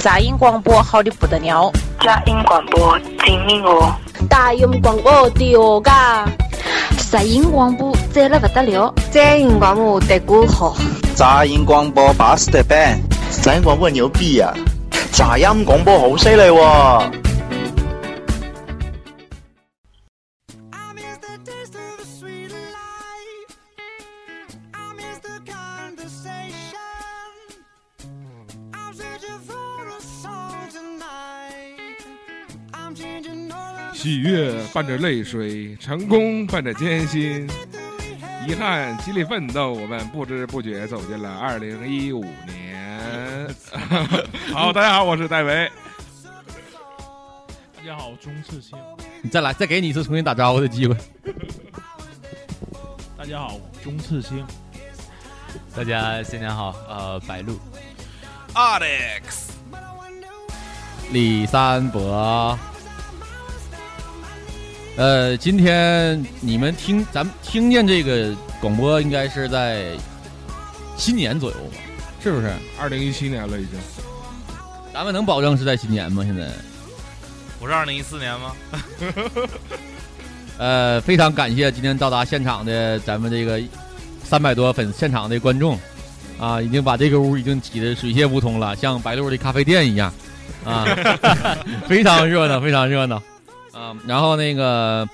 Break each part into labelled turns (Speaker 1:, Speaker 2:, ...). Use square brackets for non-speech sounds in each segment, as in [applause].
Speaker 1: 杂音广播好的不得了，
Speaker 2: 佳音广播精明哦，
Speaker 3: 大音广播的哦嘎，
Speaker 4: 杂音广播赞了不得了，
Speaker 5: 杂音广播的歌好，
Speaker 6: 杂音广播巴适的板，
Speaker 7: 杂音广播牛逼啊！杂音广播好犀利喎！
Speaker 8: 喜悦伴着泪水，成功伴着艰辛，遗憾极力奋斗，我们不知不觉走进了二零一五年。 [laughs] 好，大家好，我是戴维。
Speaker 9: 大家好，我钟志清。
Speaker 10: 你再来，再给你一次重新打招呼的机会。
Speaker 9: 大家好，我钟志清。
Speaker 11: 大家新年好，呃，白鹿
Speaker 8: ，Alex，
Speaker 10: 李三博。呃，今天你们听咱们听见这个广播，应该是在新年左右吧？是不是？
Speaker 8: 二零一七年了已经。
Speaker 10: 咱们能保证是在新年吗？现在
Speaker 11: 不是二零一四年吗？
Speaker 10: 呃，非常感谢今天到达现场的咱们这个三百多粉现场的观众啊，已经把这个屋已经挤得水泄不通了，像白鹿的咖啡店一样啊， [laughs] 非常热闹，非常热闹。啊、嗯，然后那个，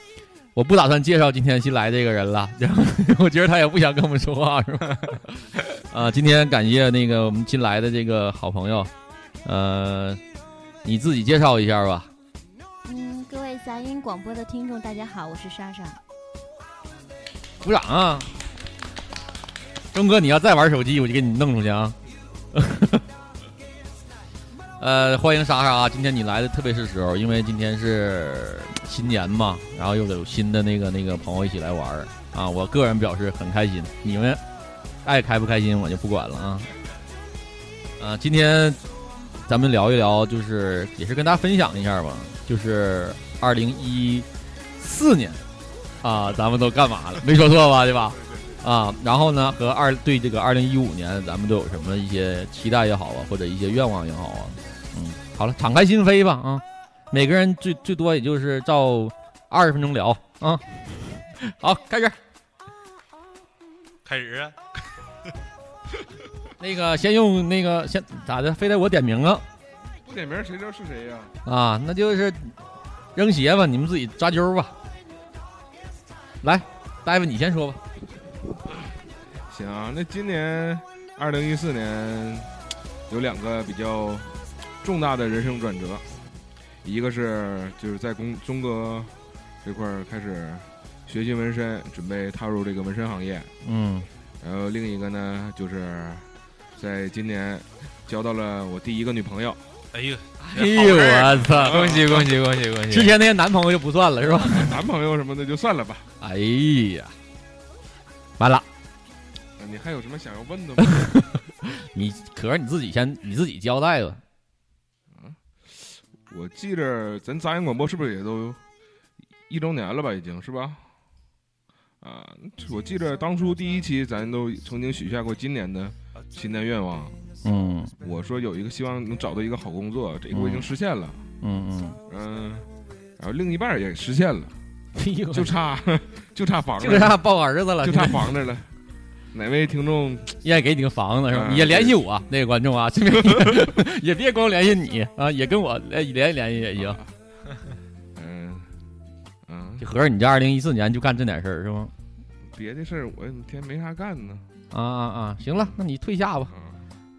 Speaker 10: 我不打算介绍今天新来这个人了，然后我觉得他也不想跟我们说话，是吧？ [laughs] 啊，今天感谢那个我们新来的这个好朋友，呃，你自己介绍一下吧。
Speaker 12: 嗯，各位杂音广播的听众，大家好，我是莎莎。
Speaker 10: 鼓掌啊！钟哥，你要再玩手机，我就给你弄出去啊！ [laughs] 呃，欢迎莎莎啊！今天你来的特别是时候，因为今天是新年嘛，然后又有新的那个那个朋友一起来玩儿啊，我个人表示很开心。你们爱开不开心我就不管了啊。啊，今天咱们聊一聊，就是也是跟大家分享一下吧，就是二零一四年啊，咱们都干嘛了？没说错吧？对吧？啊，然后呢，和二对这个二零一五年咱们都有什么一些期待也好啊，或者一些愿望也好啊。嗯，好了，敞开心扉吧啊！每个人最最多也就是照二十分钟聊啊。好，开始，
Speaker 11: 开始啊！
Speaker 10: 那个先用那个先咋的？非得我点名啊？
Speaker 8: 不点名谁知道是谁呀、
Speaker 10: 啊？啊，那就是扔鞋吧，你们自己抓阄吧。来，大夫你先说吧。
Speaker 8: 行啊，那今年二零一四年有两个比较。重大的人生转折，一个是就是在工中哥这块儿开始学习纹身，准备踏入这个纹身行业。
Speaker 10: 嗯，
Speaker 8: 然后另一个呢，就是在今年交到了我第一个女朋友。
Speaker 11: 哎呦，
Speaker 10: 哎呦，我操！
Speaker 11: 恭喜恭喜恭喜恭喜！
Speaker 10: 之前那些男朋友就不算了是吧？
Speaker 8: 男朋友什么的就算了吧。
Speaker 10: 哎呀，完了！
Speaker 8: 你还有什么想要问的吗？
Speaker 10: 你可是你自己先你自己交代吧。
Speaker 8: [laughs] 我记着，咱杂音广播是不是也都一周年了吧？已经是吧？啊，我记着当初第一期咱都曾经许下过今年的新年愿望。
Speaker 10: 嗯，
Speaker 8: 我说有一个希望能找到一个好工作，这个我已经实现了。
Speaker 10: 嗯嗯
Speaker 8: 嗯，然后另一半也实现了，就差 [laughs] 就差房，
Speaker 10: 哎就差抱儿子了，
Speaker 8: 就差房子了。哪位听众
Speaker 10: 也给你个房子是吧？也联系我那个观众啊，这边 [laughs] 也别光联系你啊，也跟我联系联系哎也行。
Speaker 8: 嗯嗯，
Speaker 10: 就合着你这二零一四年就干这点事儿是吗？
Speaker 8: 别的事儿我天没啥干呢。
Speaker 10: 啊啊啊！行了，那你退下吧。
Speaker 8: 嗯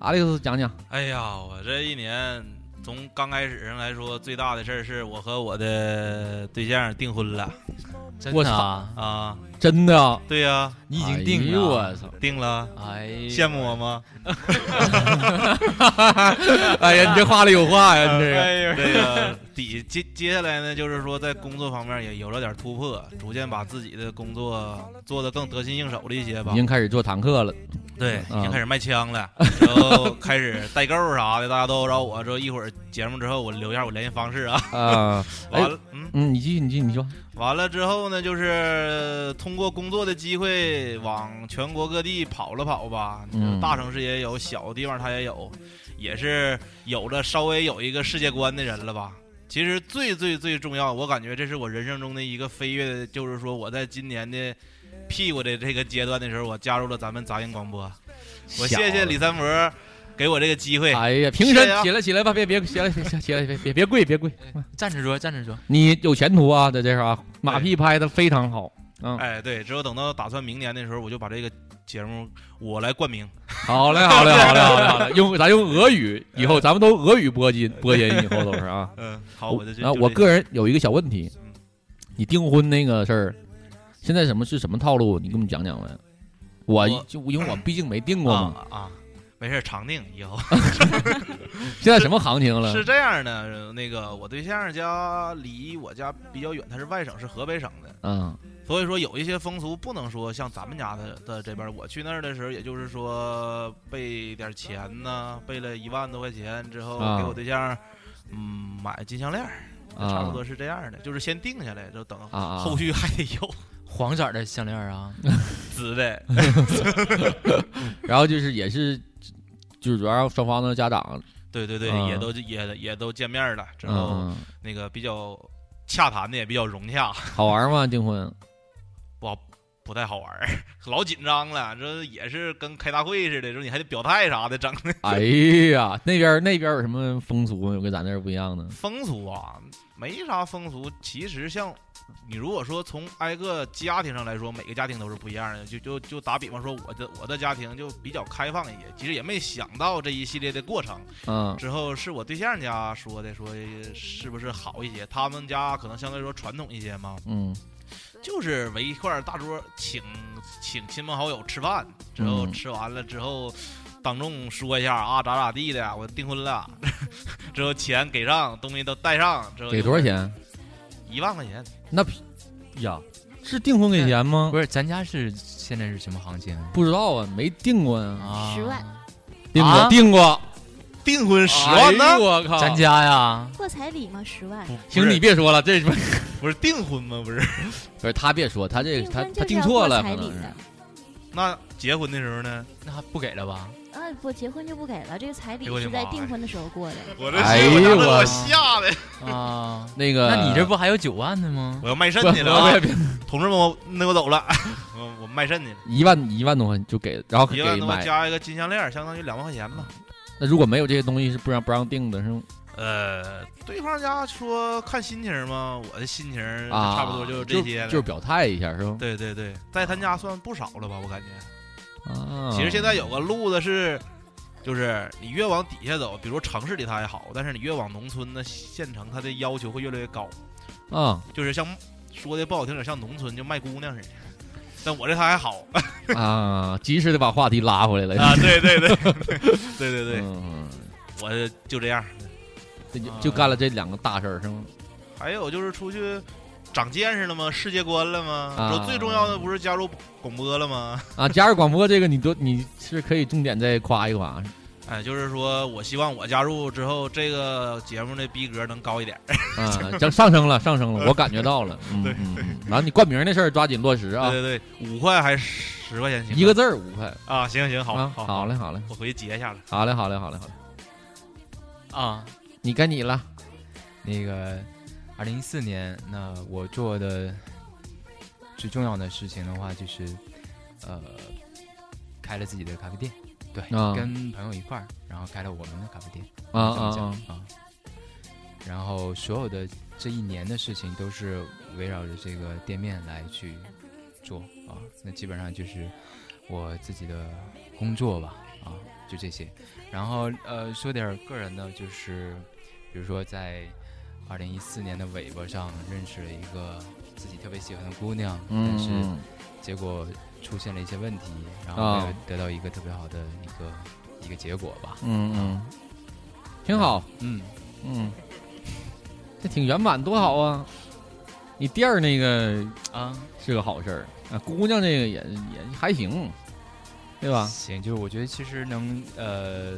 Speaker 10: 阿丽斯讲讲。
Speaker 11: 哎呀，我这一年从刚开始上来说，最大的事儿是我和我的对象订婚了。
Speaker 10: 真
Speaker 11: 的啊！
Speaker 10: 真的，
Speaker 11: 对呀，
Speaker 10: 你已经定了，我操，
Speaker 11: 定了，
Speaker 10: 哎，
Speaker 11: 羡慕我吗？
Speaker 10: 哎呀，你这话里有话呀，你这
Speaker 11: 个，这个底接接下来呢，就是说在工作方面也有了点突破，逐渐把自己的工作做得更得心应手了一些吧。
Speaker 10: 已经开始做坦克了，
Speaker 11: 对，已经开始卖枪了，然后开始代购啥的，大家都找我。说一会儿节目之后我留下我联系方式啊。
Speaker 10: 啊，
Speaker 11: 完了，嗯
Speaker 10: 嗯，你继续，你继续，你说。
Speaker 11: 完了之后呢，就是通过工作的机会往全国各地跑了跑吧，
Speaker 10: 嗯、
Speaker 11: 大城市也有，小地方他也有。也是有了稍微有一个世界观的人了吧。其实最最最重要，我感觉这是我人生中的一个飞跃的，就是说我在今年的屁股的这个阶段的时候，我加入了咱们杂音广播。我
Speaker 10: 小
Speaker 11: 谢谢
Speaker 10: 子
Speaker 11: 李三伯给我这个机会。
Speaker 10: 哎呀，平身
Speaker 11: 谢谢啊
Speaker 10: 起来起来吧，别别起来起来起来，别别别跪别跪，
Speaker 13: 站着说，站着说。
Speaker 10: 你有前途啊，在这啥马屁拍的非常好，嗯，
Speaker 11: 哎，对，之后等到打算明年的时候，我就把这个节目我来冠名。
Speaker 10: 好嘞好嘞好嘞好嘞好嘞，用咱用俄语，以后咱们都俄语播音播音，以后都是啊，
Speaker 11: 嗯好我就就
Speaker 10: 啊，
Speaker 11: 就
Speaker 10: 我
Speaker 11: 这
Speaker 10: 个人有一个小问题，你订婚那个事儿，现在什么是什么套路？你给我们讲讲呗。我
Speaker 11: 我
Speaker 10: 就因为我毕竟没订过嘛，
Speaker 11: 啊，没事儿，常定以后。
Speaker 10: 现在什么行情了？
Speaker 11: 是这样的，那个我对象家离我家比较远，他是外省，是河北省的，
Speaker 10: 嗯，
Speaker 11: 所以说有一些风俗不能说像咱们家的的这边儿。我去那儿的时候，也就是说备点钱呐，备了一万多块钱之后，
Speaker 10: 啊
Speaker 11: 给我对象嗯买金项链儿，
Speaker 13: 啊
Speaker 11: 差不多是这样的，就是先定下来，就等
Speaker 13: 啊啊
Speaker 11: 后续还得有 [laughs]
Speaker 13: 黄色的项链啊，
Speaker 11: 紫的。
Speaker 10: 然后就是也是，就是主要双方的家长，
Speaker 11: 对对对，
Speaker 10: 嗯
Speaker 11: 也都也也都见面了，之
Speaker 10: 嗯
Speaker 11: 后、
Speaker 10: 嗯
Speaker 11: 那个比较洽谈的也比较融洽，
Speaker 10: 好玩吗？订婚
Speaker 11: 不好不太好玩儿， [laughs] 老紧张了，这也是跟开大会似的，说你还得表态啥的，整的。
Speaker 10: 哎呀，那边那边有什么风俗有跟咱这儿不一样呢？
Speaker 11: 风俗啊，没啥风俗。其实像你如果说从挨个家庭上来说，每个家庭都是不一样的。就就就打比方说，我的我的家庭就比较开放一些，其实也没想到这一系列的过程。
Speaker 10: 嗯
Speaker 11: 之后是我对象家说的，说哎是不是好一些？他们家可能相对来说传统一些嘛。
Speaker 10: 嗯，
Speaker 11: 就是围一块儿大桌，请请亲朋好友吃饭，之后
Speaker 10: 嗯
Speaker 11: 吃完了之后，当众说一下啊咋咋地的，我订婚了， [laughs] 之后钱给上，东西都带上，之后
Speaker 10: 给多少？钱？
Speaker 11: 一万块钱。
Speaker 10: 那呀，是订婚给钱吗？
Speaker 13: 不是，咱家是现在是什么行情？
Speaker 10: 不知道啊，没订过呀。
Speaker 12: 十万
Speaker 10: 订过
Speaker 13: 啊
Speaker 10: 订过，
Speaker 11: 订婚
Speaker 13: 十万呢
Speaker 10: 哎呦我靠，
Speaker 13: 咱家呀，
Speaker 12: 过彩礼吗？十万。
Speaker 10: 行，你别说了，这
Speaker 11: 不是订婚吗？不是， [laughs]
Speaker 10: 不是他别说，他这
Speaker 12: 订
Speaker 10: 他
Speaker 12: 婚
Speaker 10: 他
Speaker 12: 就是
Speaker 10: 订
Speaker 12: 要
Speaker 10: 错
Speaker 12: 过
Speaker 10: 了，
Speaker 12: 彩
Speaker 10: 可
Speaker 12: 礼
Speaker 10: 能是
Speaker 12: 的。
Speaker 11: 那结婚的时候呢？
Speaker 13: 那还不给了吧？
Speaker 12: 啊，不，结婚就不给了，这个彩礼
Speaker 13: 哎呦我的
Speaker 12: 是在
Speaker 13: 妈
Speaker 12: 订婚的时候过的。
Speaker 11: 我
Speaker 10: 哎呦我
Speaker 11: 吓的
Speaker 13: 啊，
Speaker 10: 那个
Speaker 13: [laughs] 那你这不还有九万呢吗？
Speaker 11: 我要卖肾去了啊
Speaker 10: 不不不！
Speaker 11: [laughs] 同志们，我那我走了， [laughs] 我我卖肾去了。
Speaker 10: 一万一万多块就给，然后给
Speaker 11: 一万多
Speaker 10: 买。
Speaker 11: 加一个金项链，相当于两万块钱吧。
Speaker 10: 那如果没有这些东西是不让不让订的，是吗？
Speaker 11: 呃，对方家说看心情嘛，我的心情
Speaker 10: 啊，
Speaker 11: 差不多就是这些了，
Speaker 10: 就是表态一下是吧？
Speaker 11: 对对对，在他家算不少了吧，我感觉。
Speaker 10: 啊，
Speaker 11: 其实现在有个路子是，就是你越往底下走，比如城市里它还好，但是你越往农村呢，县城它的要求会越来越高，
Speaker 10: 啊
Speaker 11: 就是像说的不好听点，像农村就卖姑娘似的。但我这他还好
Speaker 10: 啊，及时的把话题拉回来了
Speaker 11: 啊，对对对，对对对，
Speaker 10: 嗯
Speaker 11: 我就这样。
Speaker 10: 这就
Speaker 11: 啊
Speaker 10: 就干了这两个大事儿是吗？
Speaker 11: 还有就是出去长见识了吗？世界观了吗？
Speaker 10: 啊
Speaker 11: 然后最重要的不是加入广播了吗？ [laughs]
Speaker 10: 啊，加入广播这个你都你是可以重点再夸啊一夸，
Speaker 11: 哎，就是说我希望我加入之后，这个节目的逼格能高一点。 [laughs]
Speaker 10: 啊，这上升了上升了，我感觉到了，嗯嗯，嗯然后你冠名的事儿抓紧落实啊，
Speaker 11: 对对对，五块还是十块钱行吗？
Speaker 10: 一个字儿五块
Speaker 11: 啊，行行好，
Speaker 10: 啊
Speaker 11: 好
Speaker 10: 好嘞好嘞
Speaker 11: 我回去截一下子。
Speaker 10: 好嘞好嘞好嘞好嘞，
Speaker 13: 啊，
Speaker 10: 你该你了。
Speaker 13: 那个，二零一四年，那我做的最重要的事情的话，就是呃，开了自己的咖啡店，对，
Speaker 10: 啊
Speaker 13: 跟朋友一块儿，然后开了我们的咖啡店，
Speaker 10: 啊
Speaker 13: 这么讲
Speaker 10: 啊
Speaker 13: 啊。然后所有的这一年的事情都是围绕着这个店面来去做啊，那基本上就是我自己的工作吧啊，就这些。然后呃，说点儿个人的，就是比如说在二零一四年的尾巴上认识了一个自己特别喜欢的姑娘，
Speaker 10: 嗯
Speaker 13: 但是
Speaker 10: 嗯
Speaker 13: 结果出现了一些问题，然后
Speaker 10: 啊
Speaker 13: 没有得到一个特别好的一个一个结果吧。
Speaker 10: 嗯嗯，挺好。
Speaker 13: 嗯
Speaker 10: 嗯，这挺圆满，多好啊！你店儿那个
Speaker 13: 啊
Speaker 10: 是个好事儿啊，姑娘这个也也还行，对吧？
Speaker 13: 行，就是我觉得其实能呃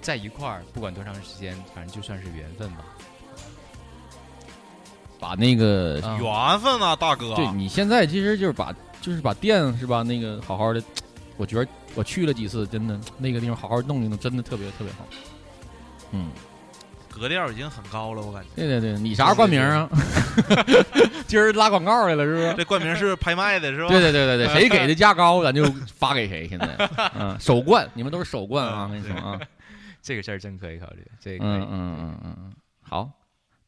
Speaker 13: 在一块儿，不管多长时间，反正就算是缘分吧。
Speaker 10: 把那个
Speaker 13: 啊
Speaker 11: 缘分啊，大哥。
Speaker 10: 对你现在其实就是把就是把店是吧？那个好好的，我觉得我去了几次，真的那个地方好好弄一弄，真的特别特别好。嗯，
Speaker 11: 格调已经很高了，我感觉。
Speaker 10: 对对对，你啥冠名啊？ [laughs] 今儿拉广告来了是不是？
Speaker 11: 这冠名是拍卖的是
Speaker 10: [laughs]
Speaker 11: 吧？
Speaker 10: 对对对对对，谁给的价高，咱就发给谁。现在，嗯，首冠，你们都是首冠啊！我跟你说啊，
Speaker 13: 这个事儿真可以考虑，这个可以
Speaker 10: 嗯嗯嗯嗯嗯，好，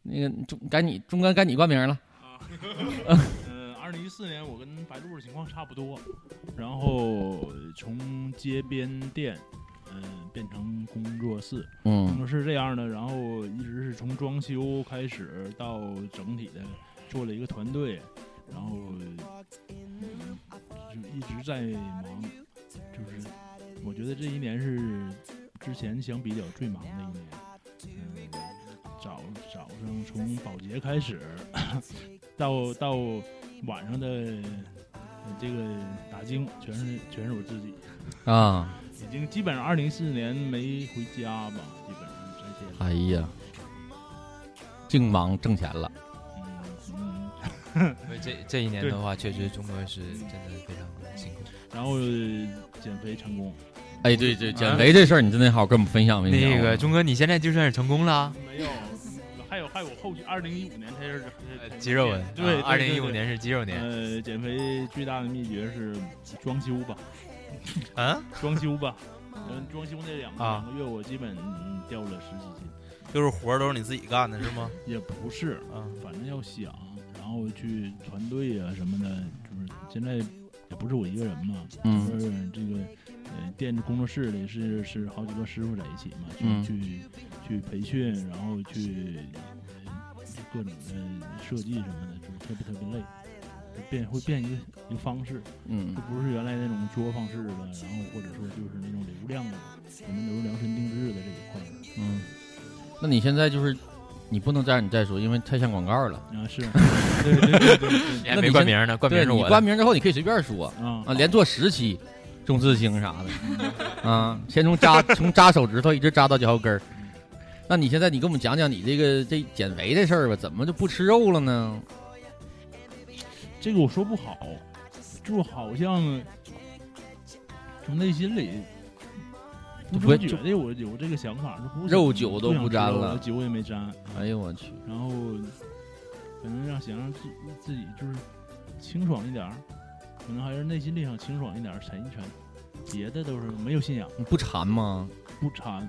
Speaker 10: 那个中该你中干该你冠名了。
Speaker 8: 呃，二零一四年我跟白鹿的情况差不多，然后从街边店，嗯、变成工作室，
Speaker 10: 嗯
Speaker 8: 工作室这样的，然后一直是从装修开始到整体的做了一个团队，然后、嗯就一直在忙，就是我觉得这一年是之前相比较最忙的一年，嗯、早早上从保洁开始，到到晚上的、呃这个打更，全是全是我自己
Speaker 10: 啊，
Speaker 8: 已经基本上二零一四年没回家吧，基本上在家。
Speaker 10: 哎呀，净忙挣钱了。
Speaker 13: 所以
Speaker 10: 嗯
Speaker 13: 这这一年的话，确实中国是真的非常辛苦。
Speaker 8: 然后呃减肥成功，
Speaker 10: 哎，对对，减肥这事儿你真得好好跟我们分享分享。
Speaker 13: 那个钟哥，你现在就算是成功了，啊
Speaker 8: 没有，还有还有我后续二零一五年才是才才
Speaker 13: 肌肉纹
Speaker 8: 对，对
Speaker 13: 啊2015年是肌肉年
Speaker 8: 呃，减肥最大的秘诀是装修吧，
Speaker 11: 啊，
Speaker 8: 装修吧，嗯，装修那两
Speaker 11: 啊
Speaker 8: 两个月我基本嗯掉了十几斤，
Speaker 11: 就是活儿都是你自己干的是吗？ [laughs]
Speaker 8: 也不是
Speaker 11: 啊，
Speaker 8: 反正要想，然后去团队啊什么的，就是现在也不是我一个人嘛，
Speaker 10: 嗯
Speaker 8: 就是这个呃店工作室里是是好几个师傅在一起嘛，去、
Speaker 10: 嗯
Speaker 8: 去去培训，然后去、呃各种的设计什么的，就是特别特别累。就变会变一个一个方式，
Speaker 10: 嗯
Speaker 8: 就不是原来那种做方式的，然后或者说就是那种流量的，我们流量身定制的这一块儿，
Speaker 10: 嗯，那你现在就是你不能再让你再说，因为太像广告了。
Speaker 8: 啊，是，对对对对对
Speaker 10: 那
Speaker 13: 没
Speaker 10: 你
Speaker 13: 冠
Speaker 10: 现
Speaker 13: 名呢冠名
Speaker 10: 对
Speaker 13: 是
Speaker 10: 你
Speaker 13: 我的
Speaker 10: 冠名之后你可以随便说
Speaker 8: 嗯
Speaker 10: 啊，连做十期，中字星啥
Speaker 8: [laughs]
Speaker 10: 的，啊，先从扎从扎手指头一直扎到脚后跟儿。那你现在你给我们讲讲你这个这减肥这事儿吧，怎么就不吃肉了呢？
Speaker 8: 这个我说不好，就好像从内心里不
Speaker 10: 就不
Speaker 8: 知不觉的我有这个想法，就不想
Speaker 10: 肉酒都不沾
Speaker 8: 想吃肉
Speaker 10: 了
Speaker 8: 酒也没沾。
Speaker 10: 哎呦我去！
Speaker 8: 然后可能让想让自自己就是清爽一点儿，可能还是内心里想清爽一点儿，沉一沉，别的都是没有信仰，
Speaker 10: 你不馋吗？ [laughs]
Speaker 8: 不馋。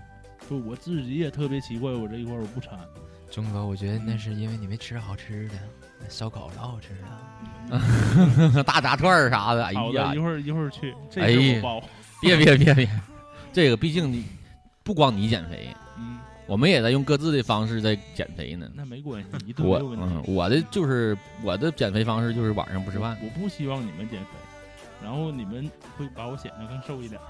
Speaker 8: 就我自己也特别奇怪，我这一块儿我不馋。
Speaker 13: 钟哥，我觉得那是因为你没吃好吃的，那烧烤老好吃了。
Speaker 10: 大炸串儿啥的，哎
Speaker 8: 好
Speaker 10: 呀
Speaker 8: 的，一，会儿一会儿去，这
Speaker 10: 哎
Speaker 8: 是
Speaker 10: 呀
Speaker 8: 我 [laughs] 包。
Speaker 10: 别别别别，这个毕竟你不光你减肥，
Speaker 8: 嗯，
Speaker 10: 我们也在用各自的方式在减肥呢。
Speaker 8: 那没关系， [laughs] 一顿没
Speaker 10: 我
Speaker 8: 有问题。
Speaker 10: 嗯，我的就是我的减肥方式就是晚上不吃饭。
Speaker 8: 我不希望你们减肥，然后你们会把我显得更瘦
Speaker 10: [laughs]
Speaker 8: 一点。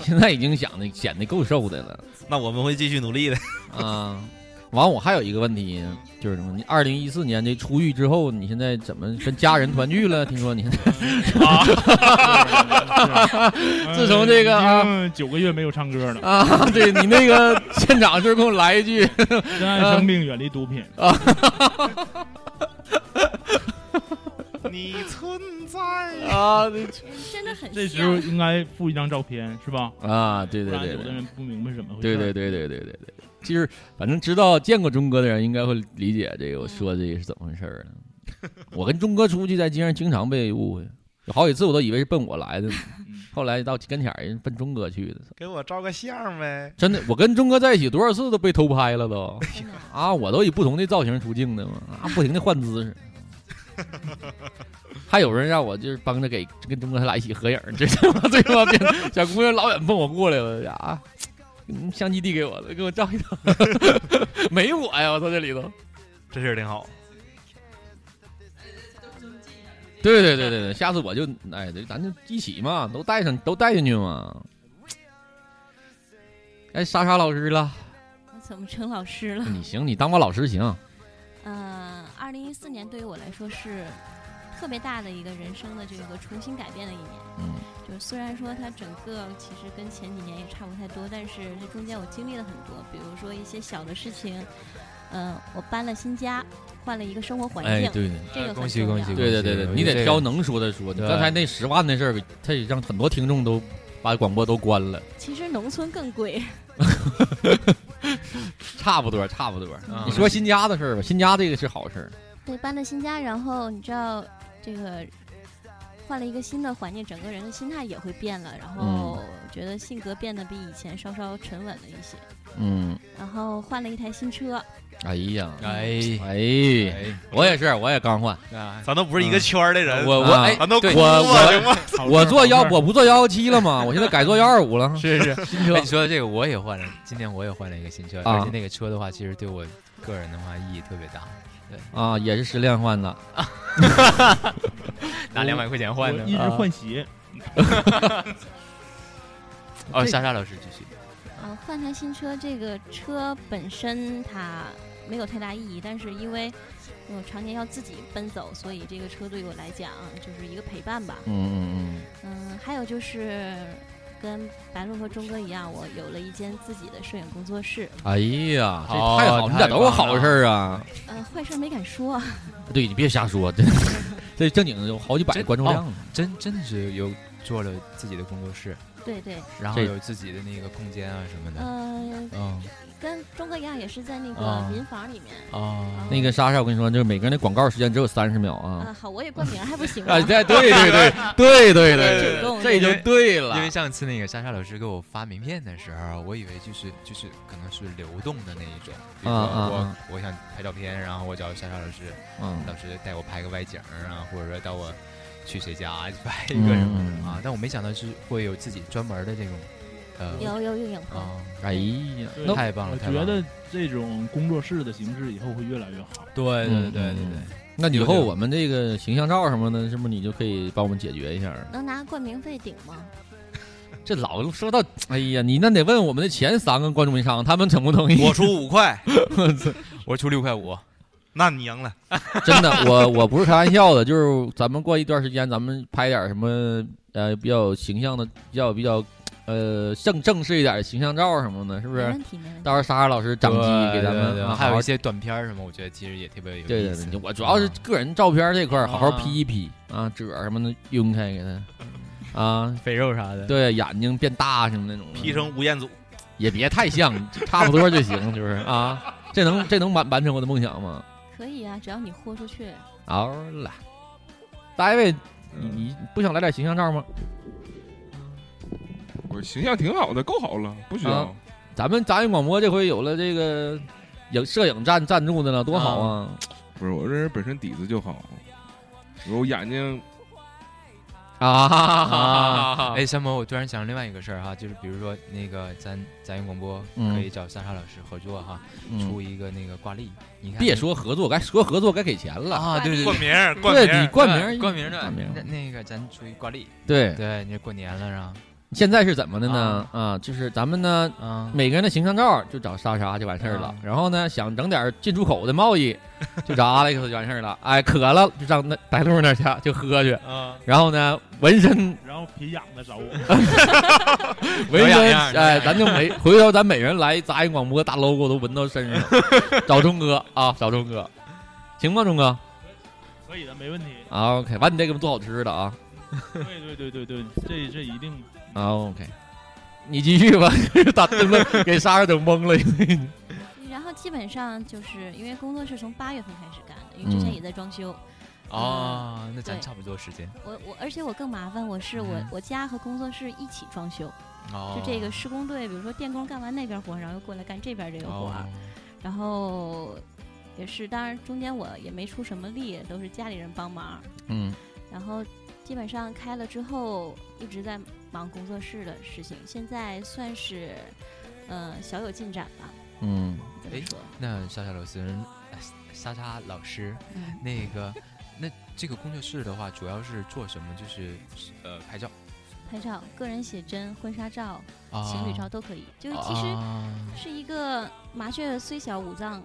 Speaker 10: 现在已经想的显得够瘦的了
Speaker 11: 那我们会继续努力的。 [laughs]
Speaker 10: 啊。完，我还有一个问题就是什么？你二零一四年这出狱之后，你现在怎么跟家人团聚了？听说你现在
Speaker 8: 啊
Speaker 10: [laughs] 自从这个啊
Speaker 8: 嗯，九个月没有唱歌了
Speaker 10: 啊，对你那个现场就是给我来一句
Speaker 8: 珍爱
Speaker 10: 呃
Speaker 8: 生命，远离毒品
Speaker 10: 啊。
Speaker 11: 你存在
Speaker 10: 啊，
Speaker 12: 真的很
Speaker 8: 这时候
Speaker 12: 像。
Speaker 8: 应该附一张照片是吧？
Speaker 10: 啊，对对
Speaker 8: 不然
Speaker 10: 对
Speaker 8: 有的
Speaker 10: 对
Speaker 8: 人不明白怎么回
Speaker 10: 对
Speaker 8: 事。
Speaker 10: 对对对对对对对，其实反正知道见过钟哥的人应该会理解这个我说这个是怎么回事儿
Speaker 11: [laughs]
Speaker 10: 的。我跟钟哥出去在街上经常被误会，有好几次我都以为是奔我来的呢，后来到跟前儿人奔钟哥去的。
Speaker 11: 给嗯我照个相呗。
Speaker 10: 真的，我跟钟哥在一起多少次都被偷拍了都，啊，我都以不同的造型出镜的嘛，啊，不停的换
Speaker 11: [laughs]
Speaker 10: 姿势，还有人让我就是帮着给跟钟哥他俩一起合影儿，这他妈最他妈变小姑娘老远奔我过来了呀，啊，嗯相机递给我了，给我照一照，没我呀，我操这里头，
Speaker 11: 这事儿挺好。
Speaker 10: 对对对对对，下次我就哎，咱就一起嘛，都带上都带进去
Speaker 12: [sniffs]
Speaker 10: 嘛，哎，莎莎老师了，
Speaker 12: 我怎么成老师了？
Speaker 10: 你行，你当我老师行。
Speaker 12: 嗯，二零一四年对于我来说是特别大的一个人生的这个重新改变的一年。
Speaker 10: 嗯，
Speaker 12: 就是虽然说它整个其实跟前几年也差不太多，但是这中间我经历了很多，比如说一些小的事情，呃，我搬了新家，换了一个生活环
Speaker 10: 哎
Speaker 12: 境，
Speaker 10: 对
Speaker 12: 这个很
Speaker 13: 恭喜
Speaker 12: 重
Speaker 13: 恭
Speaker 12: 要
Speaker 13: 喜！
Speaker 10: 对对对对，你得挑能说的说。你刚才那十万的事儿，他也让很多听众都把广播都关了，
Speaker 12: 其实农村更贵，
Speaker 10: 差不多，差不多。
Speaker 12: 嗯
Speaker 10: 你说新家的事儿吧，新家这个是好事儿，
Speaker 12: [laughs] 对，搬到新家，然后你知道这个换了一个新的环境，整个人的心态也会变了，然后
Speaker 13: 嗯
Speaker 12: 觉得性格变得比以前稍稍沉稳了一些，
Speaker 10: 嗯，
Speaker 12: 然后换了一台新车，
Speaker 10: 哎呀，
Speaker 13: 哎
Speaker 10: 哎，我也是，我也刚换，
Speaker 13: 啊，
Speaker 11: 咱都不是一个圈儿的人，
Speaker 10: 嗯我我
Speaker 11: 啊
Speaker 10: 哎，
Speaker 11: 咱都
Speaker 10: 对
Speaker 11: 哭
Speaker 10: 我
Speaker 11: 啊行吗
Speaker 10: 我我做幺，我不做幺幺七了吗？我现在改做幺二五了，
Speaker 13: [laughs] 是是
Speaker 10: 新车
Speaker 13: 哎你说的这个我也换了，今年我也换了一个新车，
Speaker 10: 啊
Speaker 13: 而且那个车的话，其实对我个人的话意义特别大。对，
Speaker 10: 啊，也是失恋换的，
Speaker 13: [laughs] 拿两百块钱换的，
Speaker 8: 我一直
Speaker 13: 啊
Speaker 8: 换鞋。
Speaker 13: 哦，
Speaker 12: 这
Speaker 13: 莎莎老师继续。
Speaker 12: 呃，换台新车，这个车本身它没有太大意义，但是因为我常年要自己奔走，所以这个车对我来讲就是一个陪伴吧。
Speaker 10: 嗯嗯
Speaker 12: 嗯，还有就是跟白鹿和钟哥一样，我有了一间自己的摄影工作室。
Speaker 10: 嗯，哎呀，这
Speaker 13: 好
Speaker 10: 太好，你咋
Speaker 13: 太
Speaker 10: 都是
Speaker 13: 棒
Speaker 10: 好
Speaker 13: 了
Speaker 10: 事儿啊？
Speaker 12: 呃，坏事儿没敢说。
Speaker 10: 对你别瞎说，这这正经有好几百
Speaker 13: 真
Speaker 10: 观众量
Speaker 13: 哦
Speaker 10: 呢。
Speaker 13: 真真的是有做了自己的工作室，
Speaker 12: 对对，
Speaker 13: 然后
Speaker 10: 这
Speaker 13: 有自己的那个空间啊什么的。
Speaker 12: 呃，
Speaker 13: 嗯
Speaker 12: 跟钟哥一样，也是在那
Speaker 13: 啊
Speaker 12: 个民房里面。
Speaker 13: 啊，
Speaker 10: 那个莎莎，我跟你说，就是每个人的广告时间只有三十秒
Speaker 12: 啊、
Speaker 10: 啊！
Speaker 12: 好，我也冠名儿还不行吗？
Speaker 10: 啊，对对对对对对
Speaker 12: 嗯 [laughs] 主动
Speaker 10: 这就对
Speaker 13: 因为
Speaker 10: 了。
Speaker 13: 上次那个莎莎老师给我发名片的时候，我以为就是就是可能是流动的那一种，比如说
Speaker 10: 啊啊
Speaker 13: 我、
Speaker 10: 啊
Speaker 13: 我想拍照片，然后我找莎莎老师，
Speaker 10: 嗯
Speaker 13: 老师带我拍个外景啊，或者说带我去谁家拍一个什
Speaker 10: 嗯
Speaker 13: 么的、啊，但我没想到是会有自己专门的这种，呃，
Speaker 12: 有有有影棚。
Speaker 13: 啊，
Speaker 10: 哎呀，
Speaker 8: 对
Speaker 10: 那
Speaker 13: 太棒
Speaker 8: 我
Speaker 13: 了，太
Speaker 8: 觉
Speaker 13: 棒了
Speaker 8: 得，这种工作室的形式以后会越来越好。
Speaker 13: 对对对对对
Speaker 10: 嗯那以后我们这个形象照什么的，是不是你就可以帮我们解决一下？
Speaker 12: 能拿冠名费顶吗？
Speaker 10: 这老说到，哎呀，你那得问我们的前三个观众商，他们同不同意？
Speaker 11: 我出五块， [laughs]
Speaker 13: 我出六块五，
Speaker 11: 那你赢了。
Speaker 10: 真 [laughs] 的，我我不是开玩笑的，就是咱们过一段时间，咱们拍点什么呃比较形象的、比较比较呃正正式一点的形象照什么的，是不
Speaker 12: 没
Speaker 10: 是？
Speaker 12: 问题，没问题。
Speaker 10: 到时候莎莎老师掌机给咱
Speaker 13: 对对对
Speaker 10: 们，啊好
Speaker 13: 还有
Speaker 10: 好
Speaker 13: 一些短片儿什么，我觉得其实也特别有意思。
Speaker 10: 对对对，我主要是个人照片这块儿好好
Speaker 13: 啊
Speaker 10: 批一批啊，褶儿什么的晕开给他啊，
Speaker 13: 肥肉啥的，
Speaker 10: 对，眼睛变大什么那种的，
Speaker 11: P 成吴彦祖，
Speaker 10: 也别太像，差不多就行，就是 [laughs] 啊，这能这能完完成我的梦想吗？
Speaker 12: 可以啊，只要你豁出去。
Speaker 10: 好啦，大卫，你你不想来点形象照吗？
Speaker 14: 我形象挺好的，够好了，不需要
Speaker 10: 啊。咱们杂音广播这回有了这个影摄影站赞助的了，多好啊！
Speaker 14: 不是我这人本身底子就好，我眼睛
Speaker 10: 啊
Speaker 13: [laughs] 啊！，哎，小某，我突然想另外一个事儿哈，就是比如说那个咱咱音广播
Speaker 10: 嗯
Speaker 13: 可以找莎莎老师合作哈，
Speaker 10: 嗯
Speaker 13: 出一个那个挂历。你看，
Speaker 10: 别说合作，该说合作该给钱了。
Speaker 13: 啊，对对
Speaker 11: 冠
Speaker 13: 对，
Speaker 11: 名儿，冠名
Speaker 10: 对你
Speaker 11: 儿，
Speaker 10: 冠名儿
Speaker 13: 冠名的
Speaker 10: 冠名
Speaker 13: 那那个咱出一挂历。
Speaker 10: 对，
Speaker 13: 对，你这过年了是
Speaker 10: 现在是怎么的呢？啊，就是咱们呢，
Speaker 13: 吧？啊，
Speaker 10: 每个人的形象照就找莎莎就完事儿了
Speaker 13: 啊。
Speaker 10: 然后呢，想整点进出口的贸
Speaker 13: [laughs]
Speaker 10: 易，就找 Alex 就完事儿了。哎，渴了就上那白鹿那儿去就喝去。
Speaker 11: 啊，
Speaker 10: 然后呢，纹身
Speaker 8: 然后皮痒的找我，
Speaker 10: 纹身
Speaker 13: 有样儿有
Speaker 10: 哎，
Speaker 13: 样儿
Speaker 10: 咱就每回头咱每人来杂音广播大 logo 都纹到身上，
Speaker 13: [laughs]
Speaker 10: 找钟哥啊，找钟哥，行吗，钟哥？
Speaker 8: 可以的，没问题。
Speaker 10: 啊，OK，完你再给我们做好吃的啊
Speaker 8: 对对对对对，这这一定
Speaker 10: 啊，OK，你继续吧， [laughs] 打灯了，给莎莎整懵了。
Speaker 12: 然后基本上就是因为工作室从八月份开始干的，因为之前
Speaker 10: 嗯
Speaker 12: 也在装修。
Speaker 13: 啊，那咱
Speaker 12: 对
Speaker 13: 差不多时间。
Speaker 12: 我我而且我更麻烦，我是我、
Speaker 13: 嗯
Speaker 12: 我家和工作室一起装修，
Speaker 13: 哦
Speaker 12: 就，这个施工队，比如说电工干完那边活，然后又过来干这边这个活，
Speaker 13: 哦
Speaker 12: 然后也是当然中间我也没出什么力，都是家里人帮忙，
Speaker 10: 嗯，
Speaker 12: 然后基本上开了之后一直在忙工作室的事情，现在算是呃小有进展吧，
Speaker 10: 嗯，
Speaker 12: 怎么
Speaker 13: 哎
Speaker 12: 说？
Speaker 13: 那莎莎老师，呃莎莎老师，
Speaker 12: 嗯
Speaker 13: 那个，那这个工作室的话，主要是做什么？就是呃，拍照
Speaker 12: 拍照、个人写真、婚纱照、
Speaker 13: 啊，
Speaker 12: 情侣照都可以，就是其实。
Speaker 13: 啊
Speaker 12: 是一个麻雀虽小五脏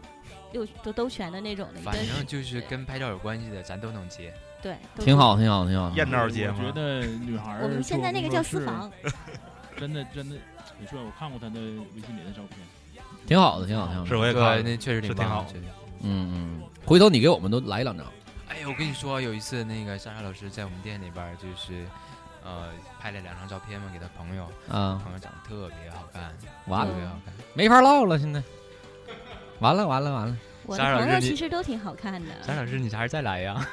Speaker 12: 六都都全的那种的一个，
Speaker 13: 反正就是跟拍照有关系的，咱都能接。
Speaker 12: 对，都
Speaker 10: 挺
Speaker 12: 是。
Speaker 10: 好，挺好，挺好。
Speaker 11: 艳照街
Speaker 8: 我
Speaker 11: 吗
Speaker 8: 觉？得女孩儿
Speaker 12: 我们现在那个叫私房，
Speaker 8: 做工作室，真的真的很帅。我看过她的微信里的照片，
Speaker 10: 挺好的，挺好，挺好。
Speaker 11: 是我也看
Speaker 13: 对，
Speaker 11: 了，
Speaker 13: 那确实
Speaker 11: 是
Speaker 13: 挺
Speaker 11: 挺
Speaker 13: 棒
Speaker 11: 好
Speaker 13: 的。确实
Speaker 10: 嗯嗯，回头你给我们都来两张。
Speaker 13: 哎，我跟你说，有一次那个莎莎老师在我们店里边儿就是。呃拍了两张照片嘛，给他朋友，
Speaker 10: 啊
Speaker 13: 朋友长得特别好看，
Speaker 12: 嗯
Speaker 10: 完
Speaker 13: 特别好
Speaker 10: 了
Speaker 13: 看。，
Speaker 10: 没法唠了，现在，完了完了完了。
Speaker 12: 我的朋友其实都挺好看的。
Speaker 13: 张老师，你啥时候再来呀？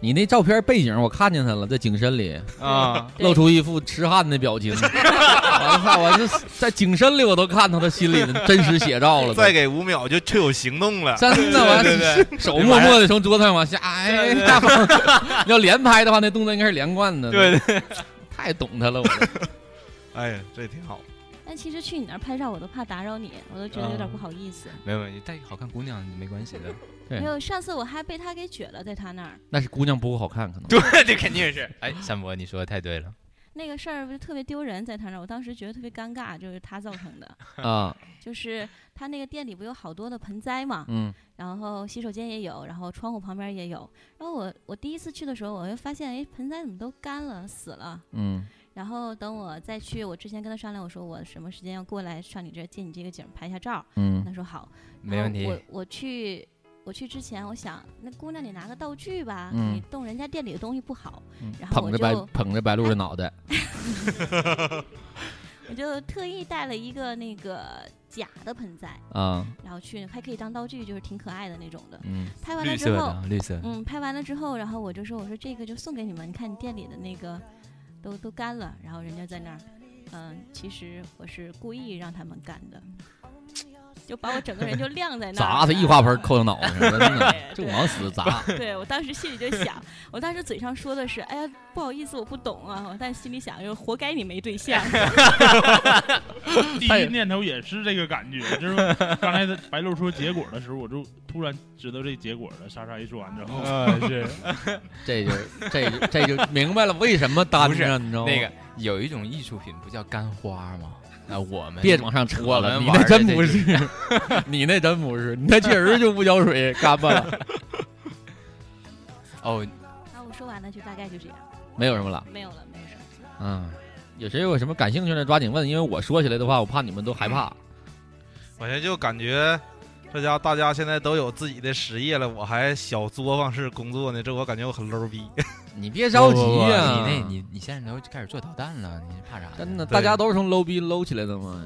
Speaker 10: 你那照片背景我看见他了，在景深里
Speaker 13: 啊
Speaker 10: 露出一副痴汉的表
Speaker 12: [laughs]
Speaker 10: 情。我操！我这在景深里我都看到他心里的真实写照了。
Speaker 11: 再给五秒就就有行动了，
Speaker 10: 真的完
Speaker 11: 对对对，
Speaker 10: 手默默的从桌子上往下，哎，大伙儿 [laughs] 要连拍的话，那动作应该是连贯的。
Speaker 11: 对对，
Speaker 10: 太懂他了，我。
Speaker 11: 哎呀，这挺好。
Speaker 12: 但其实去你那儿拍照，我都怕打扰你，我都觉得有
Speaker 13: 啊
Speaker 12: 点不好意思。
Speaker 13: [laughs] 没有没有，你带好看姑娘没关系的。
Speaker 10: 对
Speaker 12: 没有，上次我还被他给撅了，在他那儿
Speaker 10: 那是姑娘不够好看，可能。
Speaker 13: 对，这肯定是。 [laughs] 哎，山伯，你说的太对了。
Speaker 12: 那个事儿不是特别丢人，在他那儿，我当时觉得特别尴尬，就是他造成的。
Speaker 10: 啊，
Speaker 12: 就是他那个店里不有好多的盆栽嘛，
Speaker 10: 嗯，
Speaker 12: 然后洗手间也有，然后窗户旁边也有。然后我我第一次去的时候，我就发现，哎，盆栽怎么都干了，死了。
Speaker 10: 嗯
Speaker 12: 然后等我再去，我之前跟他商量，我说我什么时间要过来上你这儿借你这个景儿拍一下照。
Speaker 10: 嗯
Speaker 12: 他说好，
Speaker 13: 没
Speaker 12: 然后
Speaker 13: 问题
Speaker 12: 我我去我去之前，我想那姑娘你拿个道具吧，
Speaker 10: 嗯
Speaker 12: 你动人家店里的东西不好。
Speaker 10: 嗯
Speaker 12: 然后
Speaker 10: 捧
Speaker 12: 我
Speaker 10: 着
Speaker 12: 就
Speaker 10: 白捧着白鹿的脑袋，
Speaker 12: 我就特意带了一个那个假的盆栽 [laughs]
Speaker 10: 啊
Speaker 12: 然后去还可以当道具，就是挺可爱的那种的。
Speaker 10: 嗯
Speaker 12: 拍完了
Speaker 13: 绿
Speaker 12: 之
Speaker 13: 色的
Speaker 12: 后
Speaker 13: 啊，绿色的
Speaker 12: 嗯，拍完了之后，然后我就说，我说这个就送给你们，你看你店里的那个都都干了，然后人家在那儿，嗯，其实我是故意让他们干的，就把我整个人就晾在那儿。
Speaker 10: 砸他一花盆扣他脑袋上，真
Speaker 12: [laughs]
Speaker 10: 的就往死砸。
Speaker 12: 对我当时心里就想，我当时嘴上说的是，哎呀，不好意思，我不懂啊，但心里想就是活该你没
Speaker 10: [laughs]
Speaker 12: 对象。
Speaker 8: 第一念头也是这个感觉，就是刚才白露说结果的时候，我就突然知道这结果了。莎莎一说完之后，
Speaker 10: 嗯
Speaker 13: [laughs] 啊是
Speaker 10: 这就这就这就明白了为什么单
Speaker 13: 不是
Speaker 10: 着，你知道吗？
Speaker 13: 那个有一种艺术品不叫干花吗？ [laughs] 那我们
Speaker 10: 别往上扯
Speaker 13: 我
Speaker 10: 了，
Speaker 13: 们
Speaker 10: 你
Speaker 13: 玩
Speaker 10: 那
Speaker 13: 的
Speaker 10: 真
Speaker 13: 这
Speaker 10: 不
Speaker 13: 个
Speaker 10: 是， [laughs] 你那真不是，你那确实就不浇水，干巴
Speaker 13: [laughs]
Speaker 10: 了，
Speaker 13: 哦，
Speaker 12: 然后我说完了，就大概就这样，
Speaker 10: 没有什么了。
Speaker 12: 没有了，没有什么。
Speaker 10: 嗯，有谁有什么感兴趣的抓紧问，因为我说起来的话，我怕你们都害
Speaker 13: 嗯
Speaker 10: 怕。
Speaker 11: 我现在就感觉这家大家现在都有自己的实业了，我还小作坊式工作呢，这我感觉我很 low 逼。
Speaker 10: 你别着急
Speaker 12: 啊
Speaker 10: 呀、
Speaker 13: 不不不你那你你现在都开始做导弹了，你怕啥呀？
Speaker 10: 真的，大家都是从 low 逼 low 起来的
Speaker 13: [laughs]
Speaker 10: 嘛，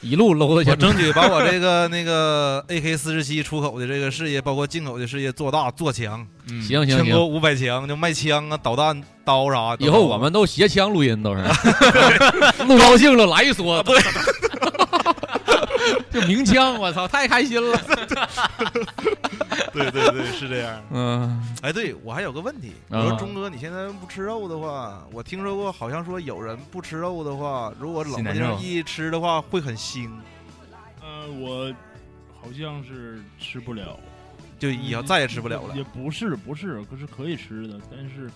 Speaker 10: 一路 low 到
Speaker 11: 我
Speaker 10: 现在。
Speaker 11: 争取把我这个那个 AK 四十七出口的这个事业，包括进口的事业做大做强。
Speaker 13: 嗯
Speaker 10: 行行
Speaker 11: 全国
Speaker 10: 行，
Speaker 11: 五百强就卖枪啊、导弹、刀啥。
Speaker 10: 以后我们都携枪录音，都 [laughs] 是录高兴了来一梭，对，啊 [laughs] 就鸣枪，我操，太开心了。
Speaker 11: 对对对，是这样。
Speaker 10: [laughs] 嗯，
Speaker 11: 哎，对我还有个问题，我
Speaker 10: 啊
Speaker 11: 说钟哥，你现在不吃肉的话，我听说过，好像说有人不吃肉的话，如果冷
Speaker 13: 西
Speaker 11: 不
Speaker 13: 南
Speaker 11: 丁
Speaker 13: 肉
Speaker 11: 一吃的话会很腥，
Speaker 8: 呃，我好像是吃不了，
Speaker 11: 就以后再也吃不了了
Speaker 8: 嗯也。不是不是，可是可以吃的，但是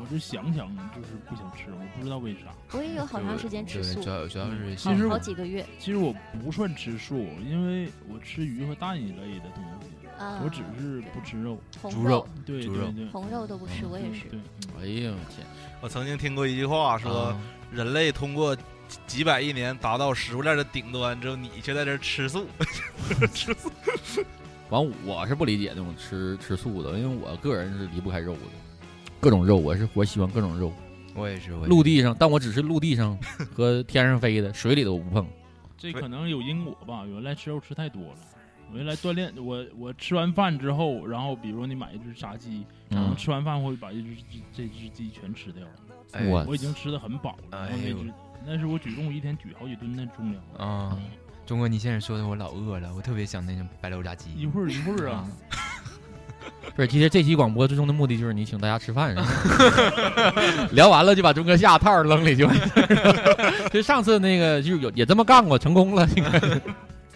Speaker 8: 我就想想就是不想吃，我不知道为啥。
Speaker 12: 我也有好长时间吃素，嗯
Speaker 13: 主要主要是
Speaker 8: 其实
Speaker 12: 好
Speaker 8: 我
Speaker 12: 好几个月。
Speaker 8: 其实我不算吃素，因为我吃鱼和蛋一类的东西，
Speaker 12: 啊
Speaker 8: 我只是不吃肉，
Speaker 12: 红
Speaker 10: 猪肉
Speaker 8: 对
Speaker 13: 猪
Speaker 8: 对
Speaker 13: 肉
Speaker 8: 对，
Speaker 12: 红肉都不吃，我也是。
Speaker 8: 对，
Speaker 10: 哎呦我天，
Speaker 11: 我曾经听过一句话说
Speaker 13: 啊，
Speaker 11: 人类通过几几百亿年达到食物链的顶端，之后你却在这儿吃素，吃素。
Speaker 10: 完我是不理解那种吃吃素的，因为我个人是离不开肉的，各种肉，我是我喜欢各种肉。
Speaker 13: 我也是，我也是
Speaker 10: 陆地上，但我只是陆地上和天上飞的，水里的我不碰。
Speaker 8: 这可能有因果吧。原来吃肉吃太多了，我原来锻炼，我我吃完饭之后，然后比如说你买一只炸鸡，
Speaker 10: 嗯
Speaker 8: 然后吃完饭会把一只鸡这只鸡全吃掉。
Speaker 13: 哎
Speaker 10: 我
Speaker 8: 我已经吃的很饱了，然后
Speaker 13: 哎
Speaker 8: 那
Speaker 13: 呦
Speaker 8: 只那是我举重一天举好几吨的重量。
Speaker 13: 啊，钟哥，你现在说的我老饿了，我特别想那种白肉炸鸡。
Speaker 8: 一会儿一会儿啊，
Speaker 10: [laughs] 不是，今天这期广播最终的目的就是你请大家吃饭，是吧 [laughs] 聊完了就把钟哥下套扔里就完事儿 [laughs] 了。就上次那个就有也这么干过，成功了。这个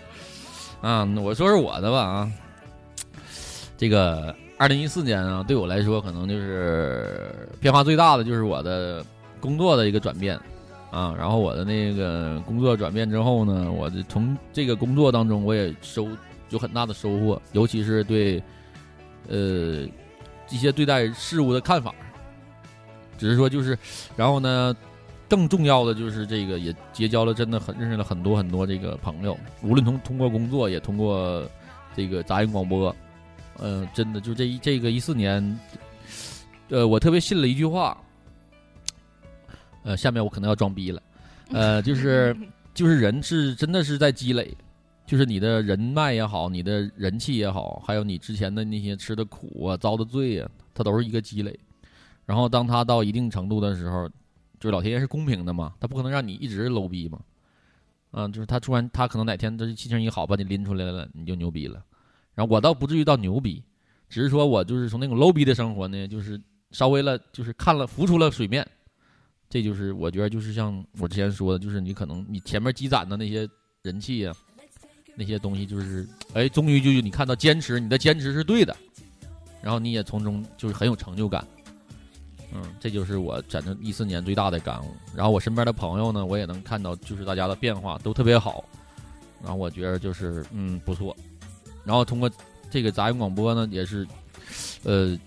Speaker 10: [laughs] 啊，我说说我的吧啊，这个二零一四年啊，对我来说可能就是变化最大的就是我的工作的一个转变啊。然后我的那个工作转变之后呢，我就从这个工作当中我也收有很大的收获，尤其是对。呃一些对待事物的看法，只是说就是，然后呢，更重要的就是这个也结交了真的很认识了很多很多这个朋友，无论通通过工作也通过这个杂音广播，呃，真的就这一这个一四年，呃，我特别信了一句话，呃，下面我可能要装逼了，呃，就是就是人是真的是在积累，就是你的人脉也好，你的人气也好，还有你之前的那些吃的苦啊、遭的罪呀、它都是一个积累。然后当他到一定程度的时候，就是老天爷是公平的嘛，他不可能让你一直 low 逼嘛，嗯，就是他突然他可能哪天他心情一好把你拎出来了，你就牛逼了。然后我倒不至于到牛逼，只是说我就是从那种 low 逼的生活呢，就是稍微了，就是看了浮出了水面。这就是我觉得就是像我之前说的，就是你可能你前面积攒的那些人气啊呀、那些东西，就是哎，终于就是你看到坚持，你的坚持是对的，然后你也从中就是很有成就感。嗯，这就是我反正一四年最大的感悟。然后我身边的朋友呢，我也能看到，就是大家的变化都特别好。然后我觉得就是嗯不错。然后通过这个杂音广播呢，也是呃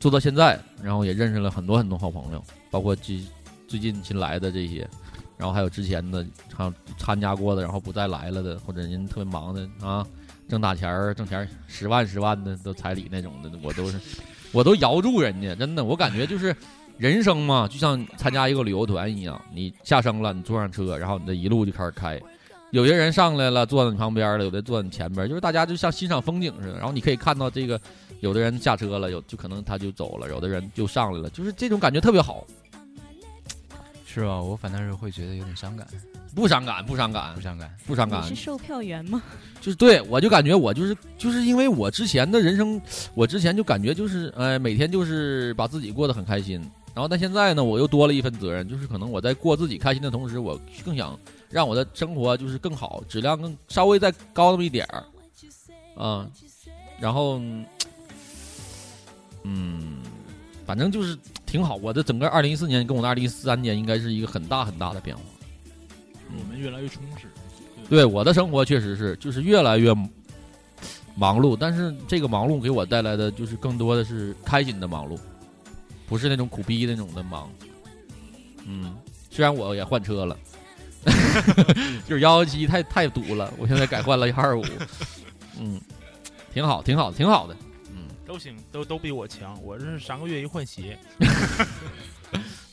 Speaker 10: 做到现在，然后也认识了很多很多好朋友，包括最最近新来的这些，然后还有之前的，还有参加过的，然后不再来了的，或者人特别忙的啊，挣大钱儿挣钱儿十万十万的都彩礼那种的，我都是我都摇住人家，真的，我感觉就是。人生嘛，就像参加一个旅游团一样，你下山了，你坐上车，然后你这一路就开始开。有些人上来了，坐在你旁边了，有的坐在你前边，就是大家就像欣赏风景似的。然后你可以看到这个，有的人下车了，有就可能他就走了，有的人就上来了，就是这种感觉特别好。
Speaker 13: 是吧？我反倒是会觉得有点伤感，
Speaker 10: 不伤感，不伤感，不
Speaker 13: 伤感，
Speaker 10: 不伤感
Speaker 12: 你是。售票员吗？
Speaker 10: 就是对我就感觉我就是就是因为我之前的人生，我之前就感觉就是哎，每天就是把自己过得很开心。然后但现在呢，我又多了一份责任，就是可能我在过自己开心的同时，我更想让我的生活就是更好，质量更稍微再高那么一点儿，啊、然后嗯，反正就是挺好。我的整个二零一四年跟我的二零一三年应该是一个很大很大的变化。
Speaker 8: 就是我们越来越充实。
Speaker 10: 对我的生活确实是，就是越来越忙碌，但是这个忙碌给我带来的就是更多的是开心的忙碌，不是那种苦逼那种的忙。嗯，虽然我也换车了， [laughs] 就是幺幺七太太堵了，我现在改换了幺二五，嗯，挺好，挺好，挺好的。
Speaker 15: 都行，都都比我强。我这是三个月一换鞋，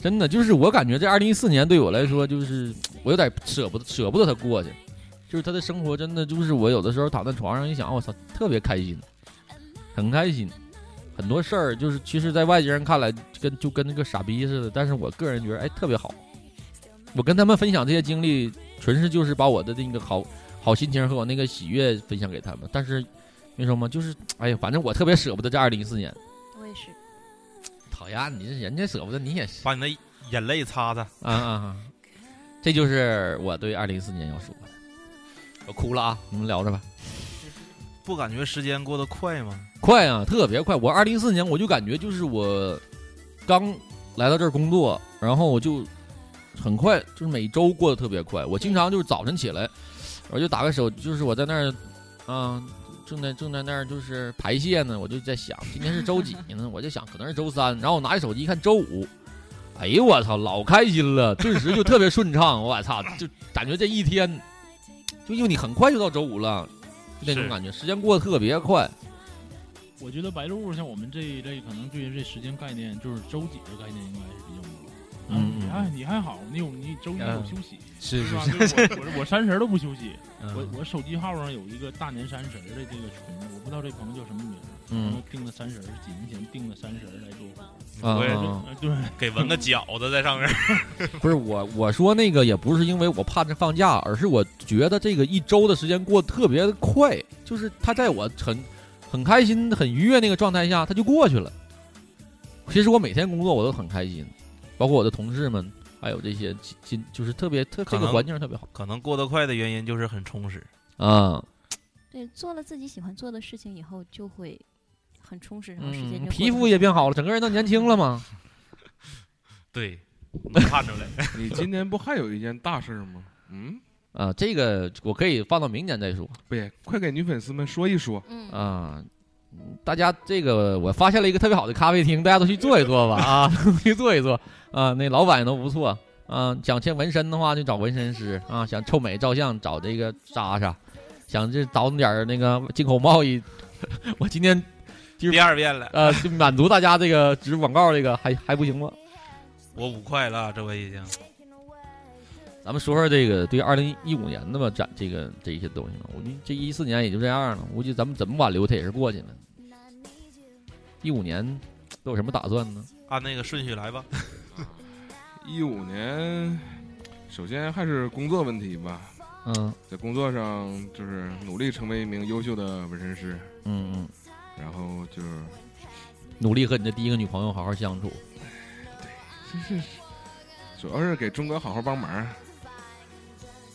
Speaker 10: 真的就是我感觉这二零一四年对我来说，就是我有点舍不得舍不得他过去，就是他的生活真的就是我有的时候躺在床上一想，我操，特别开心，很开心，很多事儿就是其实，在外界人看来跟就跟那个傻逼似的，但是我个人觉得哎特别好，我跟他们分享这些经历，纯是就是把我的那个好好心情和我那个喜悦分享给他们，但是为什么就是哎呀，反正我特别舍不得这二零一四年，
Speaker 12: 我也是。
Speaker 10: 讨厌，你这人家舍不得，你也是。
Speaker 11: [laughs] 把你的眼泪擦擦。
Speaker 10: 啊啊！啊！这就是我对二零一四年要说的。我哭了啊，你们聊着吧。
Speaker 11: 不感觉时间过得快吗？
Speaker 10: 快啊，特别快！我二零一四年我就感觉就是我刚来到这儿工作，然后我就很快，就是每周过得特别快。我经常就是早晨起来，我就打开手，就是我在那儿，啊，正在正在那儿就是排泄呢，我就在想今天是周几呢？ [laughs] 我就想可能是周三，然后我拿起手机一看周五，哎呦我操，老开心了，顿时就特别顺畅，我操，就感觉这一天，就因为你很快就到周五了，就那种
Speaker 8: 是
Speaker 10: 感觉，时间过得特别快。
Speaker 8: 我觉得白鹿像我们这一类，可能对于这时间概念，就是周几的概念应该是比较模糊。啊
Speaker 10: 嗯
Speaker 8: 你还你还好，你有你周一有
Speaker 13: 嗯
Speaker 8: 休息，
Speaker 13: 是
Speaker 8: 是吧？
Speaker 13: 是
Speaker 8: 就是我我我三十儿都不
Speaker 14: [laughs]
Speaker 8: 休息，
Speaker 13: 嗯
Speaker 8: 我我手机号上有一个大年三十儿的这个群，我不知道这朋友叫什么名儿，
Speaker 10: 嗯
Speaker 8: 然后定的三十儿，几年前定的三十儿来做活动，
Speaker 14: 哦
Speaker 10: 啊
Speaker 8: 我也
Speaker 10: 啊
Speaker 8: 就
Speaker 10: 啊
Speaker 8: 呃对，
Speaker 11: 给纹个饺子在上面。
Speaker 10: 不是我我说那个也不是因为我盼着放假，而是我觉得这个一周的时间过得特别的快，就是他在我很很开心、很愉悦那个状态下，他就过去了。其实我每天工作我都很开心，包括我的同事们，还有这些今就是特别特这
Speaker 11: 可
Speaker 10: 个
Speaker 11: 能
Speaker 10: 环境特别好
Speaker 11: [laughs] 可能过得快的原因就是很充实。
Speaker 12: 嗯
Speaker 10: 啊。
Speaker 12: 对，做了自己喜欢做的事情以后，就会很充实，然后时间
Speaker 10: 嗯
Speaker 12: 就、，
Speaker 10: 皮肤也变好了，整个人都年轻了嘛。
Speaker 11: 对，能看出来。
Speaker 8: [laughs]
Speaker 14: 你今年不还有一件大事儿吗？嗯，
Speaker 10: 啊，这个我可以放到明年再说。
Speaker 14: 不也，快给女粉丝们说一说。
Speaker 12: 嗯
Speaker 10: 啊、大家这个我发现了一个特别好的咖啡厅，大家都去坐一坐吧啊， [laughs] 都去坐一坐啊，那老板也都不错啊。想签纹身的话，就找纹身师啊；想臭美照相，找这 [laughs] 个莎莎；想这倒腾点儿那个进口贸易，我今天就是
Speaker 11: [laughs] 第二遍了
Speaker 10: 呃，就满足大家这个植入广告这个还还不行吗？
Speaker 11: 我五块了，这我已经。
Speaker 10: 咱们说说这个对二零一五年的吧，展这个这一些东西吧。我觉得这一四年也就这样了，估计咱们怎么挽留他也是过去了。一五年都有什么打算呢？
Speaker 11: 按那个顺序来吧。
Speaker 14: 一五年，首先还是工作问题吧。
Speaker 10: 嗯，
Speaker 14: 在工作上就是努力成为一名优秀的纹身师。
Speaker 10: 嗯嗯，
Speaker 14: 然后就是
Speaker 10: 努力和你的第一个女朋友好好相处。
Speaker 14: 主要是给钟哥好好帮忙，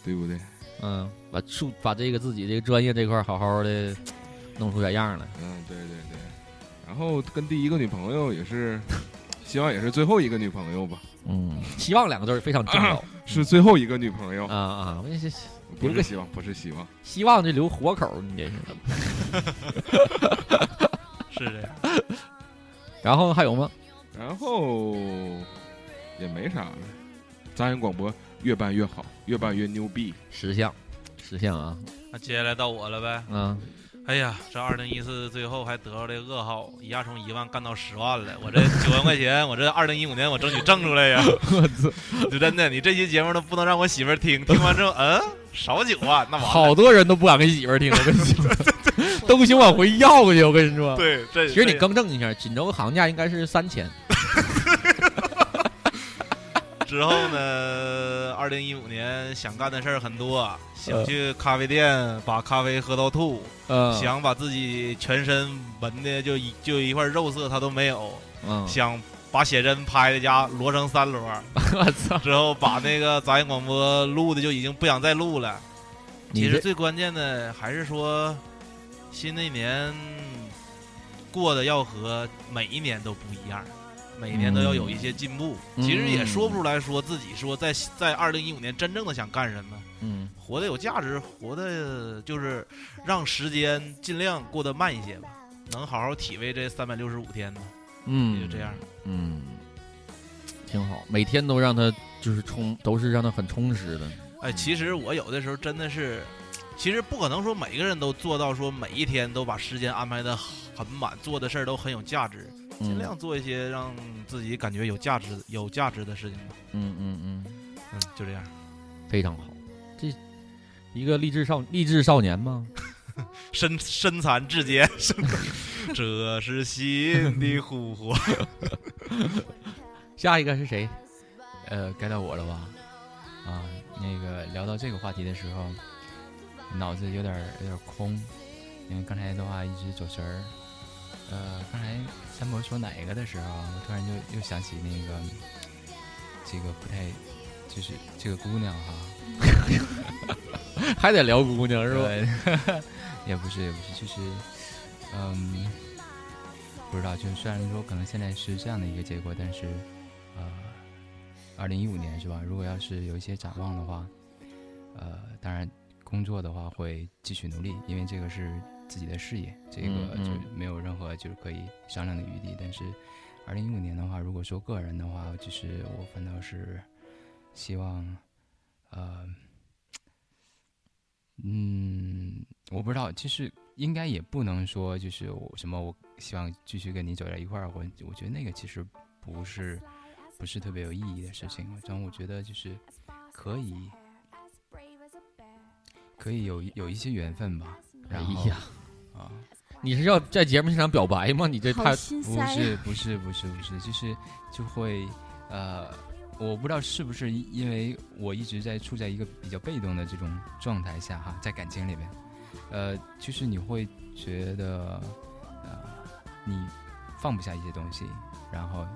Speaker 14: 对不对？
Speaker 10: 嗯，把树把这个自己这个专业这块儿好好的弄出点样来。
Speaker 14: 嗯，对对对。然后跟第一个女朋友也是，希望也是最后一个女朋友吧。
Speaker 10: 嗯，希望两个字儿非常重要。
Speaker 14: 是最后一个女朋
Speaker 11: 嗯
Speaker 14: 友
Speaker 10: 啊啊！我也是
Speaker 14: 不
Speaker 10: 留个
Speaker 14: 是希望，不是希望。
Speaker 10: 希望这留活口儿，你这是。
Speaker 11: 是这样。
Speaker 10: 然后还有吗？
Speaker 14: 然后也没啥了。杂音广播越办越好，越办越牛逼。
Speaker 10: 十项，十项啊！
Speaker 11: 那接下来到我了呗。
Speaker 10: 嗯。
Speaker 11: 哎呀，这二零一四最后还得到这噩耗，一下从一万干到十万了。我这九万块钱，我这二零一五年我争取挣出
Speaker 10: [laughs]
Speaker 11: 来呀！就真的，你这期节目都不能让我媳妇儿听，听完之后，嗯，少九万，那完了。
Speaker 10: 好多人都不敢跟媳妇儿听，我跟你
Speaker 11: [laughs]
Speaker 10: 说， [laughs] 都想往回要去。我跟你说，
Speaker 11: 对这
Speaker 10: 其实你
Speaker 11: 这
Speaker 10: 更正一下，锦州行价应该是三千。
Speaker 11: 之后呢，二零一五年想干的事儿很多，想去咖啡店把咖啡喝到吐，
Speaker 10: 嗯
Speaker 11: 想把自己全身纹的就一就一块肉色它都没有，
Speaker 10: 嗯
Speaker 11: 想把写真拍的家摞成三摞，
Speaker 10: 我操！
Speaker 11: 之后把那个杂音广播录的就已经不想再录了。
Speaker 10: 你
Speaker 11: 其实
Speaker 10: 这
Speaker 11: 最关键的还是说，新的一年过得要和每一年都不一样，每一年都要有一些进步。
Speaker 10: 嗯
Speaker 11: 其实也说不出来说自己说在在二零一五年真正的想干什么，
Speaker 10: 嗯，
Speaker 11: 活得有价值，活得就是让时间尽量过得慢一些吧，能好好体味这三百六十五天吧。
Speaker 10: 嗯，
Speaker 11: 也就这样。
Speaker 10: 嗯，挺好，每天都让他就是充，都是让他很充实的。
Speaker 11: 哎，其实我有的时候真的是，其实不可能说每个人都做到说每一天都把时间安排的很满，做的事儿都很有价值，尽
Speaker 10: 嗯
Speaker 11: 量做一些让自己感觉有价值、有价值的事情吧。
Speaker 10: 嗯嗯嗯，
Speaker 11: 嗯，就这样。
Speaker 10: 非常好。这一个励志少励志少年吗？
Speaker 11: 身身残志坚， [laughs] 这是心的呼唤。
Speaker 10: 下一个是谁？
Speaker 13: 呃，该到我了吧？啊，那个聊到这个话题的时候，脑子有点儿有点儿空，因为刚才的话一直走神儿。呃，刚才三伯说哪一个的时候，我突然就又想起那个这个不太，就是这个姑娘哈，
Speaker 10: [laughs] 还得聊姑娘是
Speaker 13: 吧？ [laughs] 也不是，也不是，就是，嗯，不知道，就是虽然说可能现在是这样的一个结果，但是，呃，二零一五年是吧？如果要是有一些展望的话，呃，当然工作的话会继续努力，因为这个是自己的事业，这
Speaker 10: 嗯
Speaker 13: 个
Speaker 10: 嗯
Speaker 13: 就没有任何就是可以商量的余地。但是，二零一五年的话，如果说个人的话，就是我反倒是希望，呃。嗯，我不知道，就是应该也不能说就是我什么，我希望继续跟你走在一块儿。我我觉得那个其实不是不是特别有意义的事情。但我觉得就是可以可以有一有一些缘分吧。然后
Speaker 10: 哎呀
Speaker 13: 啊，
Speaker 10: 你是要在节目现场表白吗？你这太
Speaker 12: [laughs]
Speaker 13: 不是不是不是不是，就是就会呃，我不知道是不是因为我一直在处在一个比较被动的这种状态下哈，在感情里面，呃，就是你会觉得呃，你放不下一些东西，然后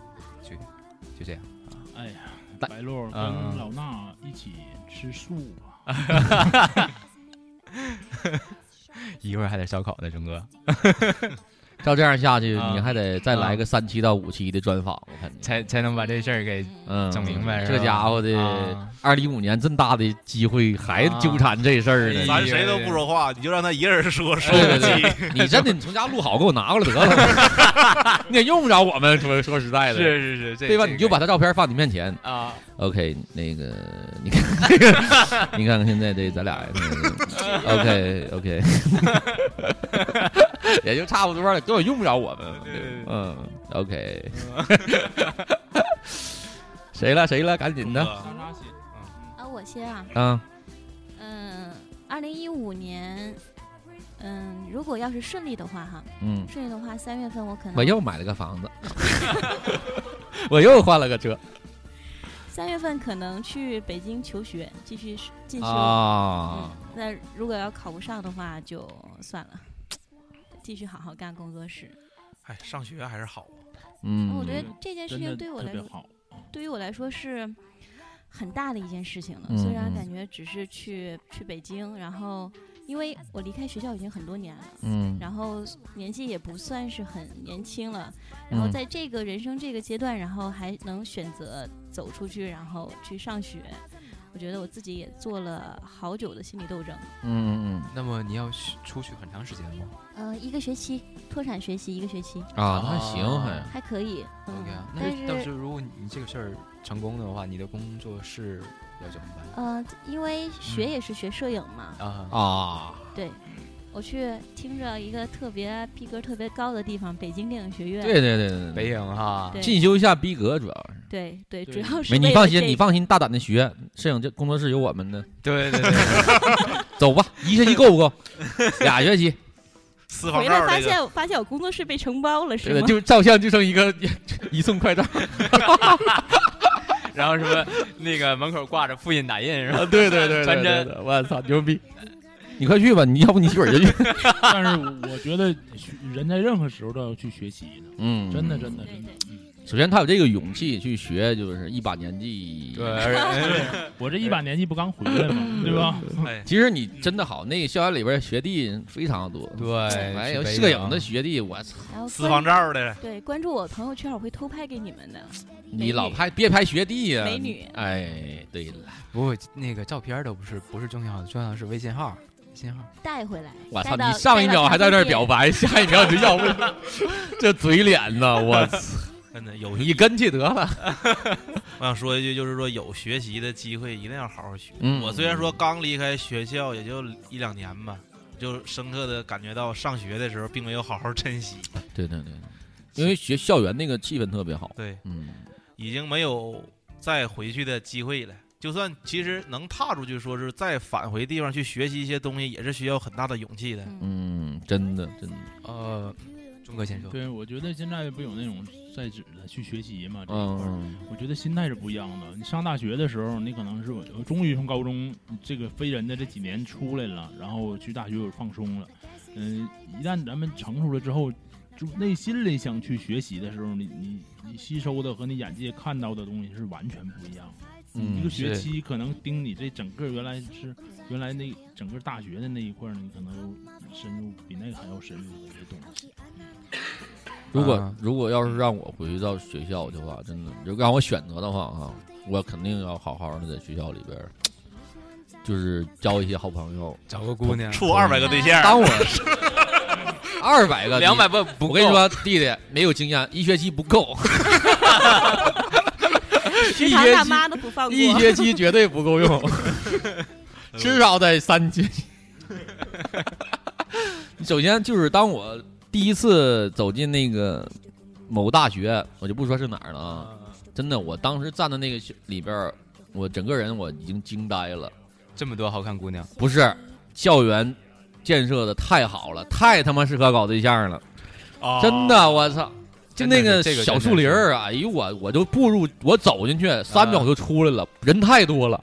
Speaker 13: 就就这样啊。
Speaker 8: 哎呀，白露
Speaker 13: 嗯
Speaker 8: 跟老衲一起吃素啊吧。
Speaker 13: [laughs] 一会儿还得烧烤呢，钟哥。
Speaker 10: 照这样下去，
Speaker 13: 啊
Speaker 10: 你还得再来
Speaker 13: 啊
Speaker 10: 个三期到五期的专访，我看你
Speaker 13: 才才能把这事儿给
Speaker 10: 嗯
Speaker 13: 整明白是吧
Speaker 10: 这家伙的
Speaker 13: 啊
Speaker 10: 二零一五年这么大的机会，还
Speaker 13: 啊
Speaker 10: 纠缠这事儿呢？
Speaker 13: 哎
Speaker 11: 咱谁都不说话，你就让他一个人说说
Speaker 10: 对
Speaker 11: 不
Speaker 10: 对
Speaker 11: 起。
Speaker 10: 对，你真的你从家录好给我拿过来得了， [laughs] 你也用不着我们说说实在的，
Speaker 13: 是是是这
Speaker 10: 对吧？
Speaker 13: 这个
Speaker 10: 你就把他照片放你面前
Speaker 13: 啊。
Speaker 10: OK，那个你看， [laughs] 你看看现在这咱
Speaker 11: [laughs]
Speaker 10: 俩 OK [laughs] OK，也就差不多了，就友用不着我们。
Speaker 11: 对对对
Speaker 10: 嗯，OK。谁了？谁了？赶紧的。
Speaker 12: 啊，我先啊，
Speaker 10: 啊，
Speaker 12: 嗯，二零一五年，嗯，如果要是顺利的话哈，
Speaker 10: 嗯
Speaker 12: 顺利的话，三月份我可能
Speaker 10: 我又买了个房子，我又换了个车
Speaker 12: 三月份可能去北京求学，继续是进修。
Speaker 10: 啊。
Speaker 12: 那如果要考不上的话，就算了，继续好好干工作室。哦
Speaker 11: 哎，上学还是好啊。
Speaker 10: 嗯
Speaker 12: 我觉得这件事情对我来说，对于我来说是很大的一件事情了。虽然
Speaker 10: 嗯嗯
Speaker 12: 感觉只是去去北京，然后因为我离开学校已经很多年了，
Speaker 10: 嗯
Speaker 12: 然后年纪也不算是很年轻了，然后
Speaker 10: 嗯
Speaker 12: 在这个人生这个阶段，然后还能选择走出去，然后去上学，我觉得我自己也做了好久的心理斗争。
Speaker 10: 嗯嗯。
Speaker 13: 那么你要去出去很长时间吗？
Speaker 12: 呃，一个学期脱产学习一个学期
Speaker 10: 啊那还行还
Speaker 12: 还可以，嗯
Speaker 13: OK 啊，
Speaker 12: 但
Speaker 13: 那到时候如果你这个事儿成功的话，你的工作室要怎么办？
Speaker 12: 呃，因
Speaker 13: 嗯
Speaker 12: 为学也是学摄影嘛，
Speaker 11: 哦
Speaker 13: 啊
Speaker 10: 啊！
Speaker 12: 对，我去听着一个特别逼格特别高的地方，北京电影学院。
Speaker 10: 对对对对，
Speaker 13: 北影哈
Speaker 12: 对
Speaker 10: 进修一下逼格主要是。
Speaker 12: 对对主要是
Speaker 10: 没你
Speaker 12: 为了
Speaker 10: 放心，
Speaker 12: 这
Speaker 10: 你
Speaker 12: 个
Speaker 10: 放心，大胆的学，摄影这工作室有我们的。
Speaker 13: 对对对，
Speaker 10: 走
Speaker 12: [laughs]
Speaker 10: 吧，一学期够不够？俩学期，
Speaker 11: 私
Speaker 12: 回来
Speaker 10: [laughs]
Speaker 12: 发现发现我工作室被承包了，是
Speaker 10: 对
Speaker 12: 吗？
Speaker 10: 就照相就剩一个一送
Speaker 12: [laughs]
Speaker 10: 快照。
Speaker 13: 然后什么那个门口挂着复印打印是吧
Speaker 10: 啊，？对对对
Speaker 13: 穿
Speaker 10: 对
Speaker 13: 针
Speaker 10: 对，对我操，牛逼！你快去吧，你要不你一会儿就
Speaker 12: [laughs]
Speaker 10: 去。
Speaker 8: 但是我觉得学人在任何时候都要去学习的，
Speaker 10: 嗯
Speaker 8: 真的真的真的。
Speaker 10: 首先，他有这个勇气去学，就是一把年纪。对
Speaker 11: [laughs]
Speaker 8: 对我这一把年纪不刚回来嘛，嗯对吧？
Speaker 10: 其实你真的好，那个校园里边学弟非常多。
Speaker 13: 对
Speaker 10: 哎
Speaker 13: 是
Speaker 10: 有
Speaker 13: 北
Speaker 10: 摄
Speaker 13: 影
Speaker 10: 影的学弟，我操，
Speaker 12: 然后
Speaker 10: 私
Speaker 12: 关
Speaker 10: 房照的
Speaker 12: 对，关注我朋友圈，我会偷拍给你们的。
Speaker 10: 你老拍别拍学弟呀。
Speaker 12: 美女
Speaker 10: 哎，对了，
Speaker 13: 不过那个照片儿都不是不是重要的，重要的是微信号，微信号。
Speaker 12: 带回来。
Speaker 10: 我
Speaker 12: 带
Speaker 10: 操！
Speaker 12: 到
Speaker 10: 你上一秒还在这儿表，
Speaker 12: [laughs]
Speaker 10: 白，
Speaker 12: 带到
Speaker 10: 下一秒你就要问，这嘴脸呐！我
Speaker 12: [laughs]
Speaker 10: 操！
Speaker 11: 真的有
Speaker 10: 你跟去得了。
Speaker 11: 我想说一句，就是说有学习的机会一定要好好学。
Speaker 10: 嗯
Speaker 11: 我虽然说刚离开学校也就一两年吧，就深刻的感觉到上学的时候并没有好好
Speaker 10: [laughs]
Speaker 11: 珍惜，
Speaker 10: 对对对，因为学校园那个气氛特别好。
Speaker 11: 对，
Speaker 10: 嗯，
Speaker 11: 已经没有再回去的机会了。就算其实能踏出去，说是再返回地方去学习一些东西，也是需要很大的勇气的。
Speaker 10: 嗯，真的真的。
Speaker 13: 呃，钟哥先说。
Speaker 8: 对，我觉得现在不有那种在职的去学习嘛，这一块儿
Speaker 10: 嗯，
Speaker 8: 我觉得心态是不一样的。你上大学的时候，你可能是我我终于从高中这个非人的这几年出来了，然后去大学我放松了。嗯，一旦咱们成熟了之后，就内心里想去学习的时候，你你你吸收的和你眼界看到的东西是完全不一样的。
Speaker 10: 嗯
Speaker 8: 一个学
Speaker 10: 是
Speaker 8: 期可能盯你这整个原来是原来那整个大学的那一块儿呢，你可能有深入比那个还要深入的一些东西。
Speaker 10: 如果、
Speaker 8: 啊
Speaker 10: 如果要是让我回到学校的话，真的，如果让我选择的话啊，我肯定要好好的在学校里边儿，就是交一些好朋友，
Speaker 13: 找个姑娘
Speaker 11: 处200个对象
Speaker 10: 嗯当我二百个，
Speaker 13: 200不不
Speaker 10: 我跟你
Speaker 13: 够
Speaker 10: 说，弟弟没有经验，一学期不
Speaker 12: [laughs]
Speaker 10: 够。
Speaker 12: 食
Speaker 10: 一
Speaker 12: 堂
Speaker 10: 学
Speaker 12: 大
Speaker 10: 期
Speaker 12: 妈都不放过。
Speaker 10: 一学期绝对不够
Speaker 13: [laughs]
Speaker 10: 用，至少得三学期。首先就是当我第一次走进那个某大学，我就不说是哪儿了啊，真的，我当时站在那个学里边儿，我整个人我已经惊呆了。
Speaker 13: 这么多好看姑娘，
Speaker 10: 不是校园建设的太好了，太他妈适合搞对象了，
Speaker 11: 啊
Speaker 13: 哦
Speaker 10: 真的，我操！就
Speaker 13: 真的
Speaker 10: 那
Speaker 13: 是
Speaker 10: 个
Speaker 13: 这个
Speaker 10: 小
Speaker 13: 真的
Speaker 10: 树林
Speaker 13: 是嗯
Speaker 10: 儿啊，哎呦我我就步入我走进去三秒就出来了，人太多了，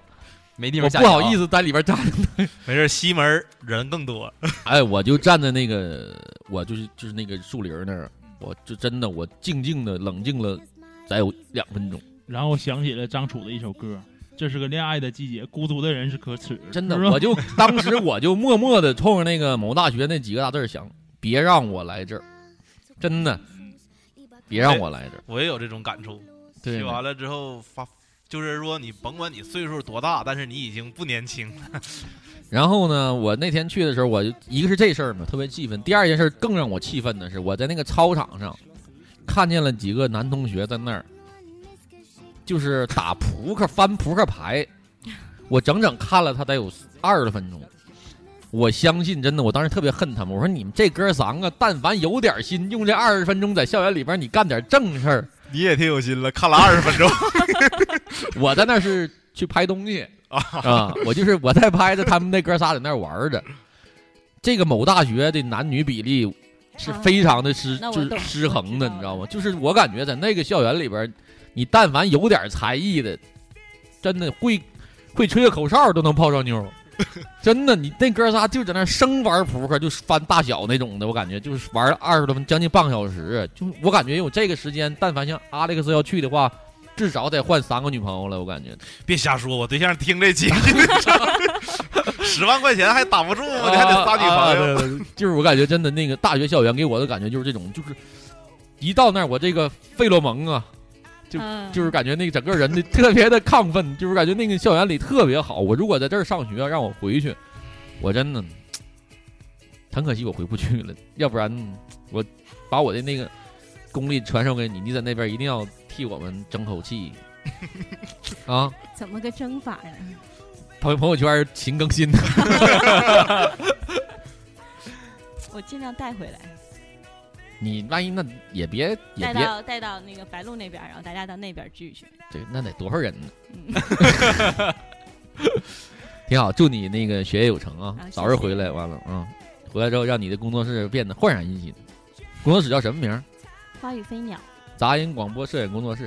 Speaker 13: 没
Speaker 11: 地方
Speaker 10: 我
Speaker 11: 下
Speaker 10: 不好
Speaker 13: 啊
Speaker 11: 脚
Speaker 10: 意思在里边站着。
Speaker 11: 没事，西门儿人更多。
Speaker 10: [laughs] 哎，我就站在那个，我就是就是那个树林儿那儿，我就真的我静静的冷静了，得有两分钟。
Speaker 8: 然后想起了张楚的一首歌，这是个恋爱的季节，孤独的人是可耻的。
Speaker 10: 真的
Speaker 8: 是，吧
Speaker 10: 我就当时我就默默的冲着那个某大学那几个大字儿想，别让我来这儿，真
Speaker 13: [laughs]
Speaker 10: 的，别让我来这儿。
Speaker 11: 我也有这种感触。
Speaker 10: 对
Speaker 11: 学完了之后发，就是说你甭管你岁数多大，但是你已经不年轻了。
Speaker 10: 然后呢，我那天去的时候，我就一个是这事儿嘛，特别气愤；第二件事儿更让我气愤的是，我在那个操场上看见了几个男同学在那儿，就是打扑克、翻扑克牌。我整整看了他得有二十分钟，我相信真的，我当时特别恨他们。我说你们这哥三个，但凡有点心，用这二十分钟在校园里边你干点正事儿，
Speaker 11: 你也挺有心了，看了二十分钟。
Speaker 10: 我在那是去拍东西啊，我就是我在拍着，他们那哥仨在那玩儿着。这个某大学的男女比例是非常的失，
Speaker 12: 啊那我
Speaker 10: 就是
Speaker 12: 懂
Speaker 10: 失衡的，你知道吗？就是我感觉在那个校园里边，你但凡有点才艺的，真的会会吹个口哨都能泡上
Speaker 12: [laughs]
Speaker 10: 妞。真的，你那哥仨就在那生玩扑克，就是翻大小那种的，我感觉就是玩了二十多分，将近半个小时。就我感觉有这个时间，但凡像阿历克斯要去的话，至少得换三个女朋友了。我感觉
Speaker 11: 别瞎说，我对象听这期，十万块钱还挡不住吗？你还得仨女朋
Speaker 10: 啊
Speaker 11: 友。
Speaker 10: 啊对对对就是我感觉真的那个大学校园给我的感觉就是这种，就是一到那儿我这个费洛蒙啊，就、
Speaker 12: 嗯
Speaker 10: 就是感觉那个整个人的 [laughs] 特别的亢奋，就是感觉那个校园里特别好。我如果在这儿上学，让我回去，我真的很可惜我回不去了，要不然我把我的那个功力传授给你，你在那边一定要替我们争口
Speaker 12: [laughs]
Speaker 10: 气啊。
Speaker 12: 怎么个征法呀？
Speaker 10: 朋朋友圈勤更新的，
Speaker 12: 我尽量带回来，
Speaker 10: 你万一那也别也
Speaker 12: 带
Speaker 10: 别
Speaker 12: 到带到那个白鹿那边，然后大家到那边
Speaker 10: [laughs]
Speaker 12: 聚嗯去。
Speaker 10: 对，那得多少人呢？挺好，祝你那个学业有成啊
Speaker 12: 啊，谢谢
Speaker 10: 早日回来。完了啊，回来之后让你的工作室变得焕然一新。工作室叫什么名儿？
Speaker 12: 花语飞鸟，
Speaker 10: 杂音广播摄影工作室。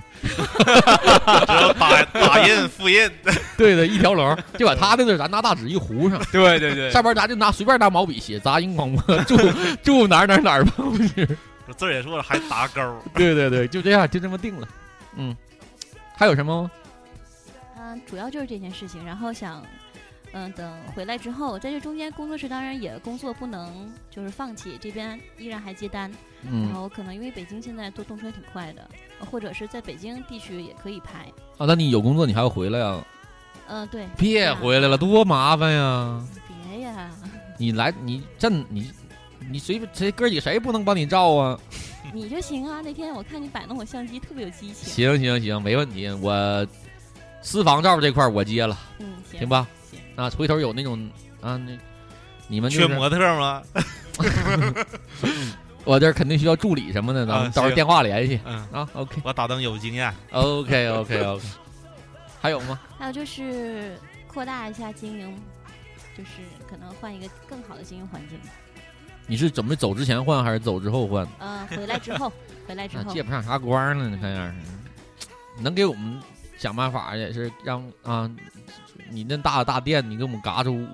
Speaker 10: 啊
Speaker 11: [laughs] 打打印复印，
Speaker 10: 对的，一条龙，
Speaker 11: [laughs]
Speaker 10: 就把他的字儿咱拿大纸一糊上。
Speaker 11: 对对对
Speaker 10: 上边咱就拿随便拿毛笔写杂音广播， [laughs] 祝祝哪儿哪儿哪儿吧。
Speaker 11: 字儿也说了还打勾儿。
Speaker 10: 对对对，就这样，就这么定了。嗯，还有什么吗？
Speaker 12: 嗯，主要就是这件事情，然后想，嗯，等回来之后，在这中间工作室当然也工作不能就是放弃，这边依然还接单，
Speaker 10: 嗯
Speaker 12: 然后可能因为北京现在坐动车挺快的，呃或者是在北京地区也可以拍，
Speaker 10: 啊，那你有工作你还要回来啊？
Speaker 12: 嗯、对，
Speaker 10: 别回来了，多麻烦呀！
Speaker 12: 别呀， [laughs]
Speaker 10: 你来，你这你你随便谁哥几个谁不能帮你照啊？
Speaker 12: 你就行啊，那天我看你摆弄我相机特别有激情，
Speaker 10: 行行行，没问题，我私房照这块儿我接了，
Speaker 12: 嗯行
Speaker 10: 行吧？啊，回头有那种啊，那你们、就是、
Speaker 11: 缺模特吗？
Speaker 10: 我这儿肯定需要助理什么的，咱
Speaker 11: 啊
Speaker 10: 们到时候
Speaker 11: 行
Speaker 10: 电话联系。
Speaker 11: 嗯
Speaker 10: 啊，OK，
Speaker 11: [laughs] 我打灯有经验。
Speaker 10: OK OK OK，还有吗？
Speaker 12: 还有就是扩大一下经营，就是可能换一个更好的经营环境，
Speaker 10: 你是准备走之前换还是走之后换？
Speaker 12: 嗯、回来之后， [laughs] 回来之
Speaker 10: 那
Speaker 12: 后
Speaker 10: 借不上啥光了，你看样是，能给我们想办法也是让啊，你那大大店，你给我们嘎出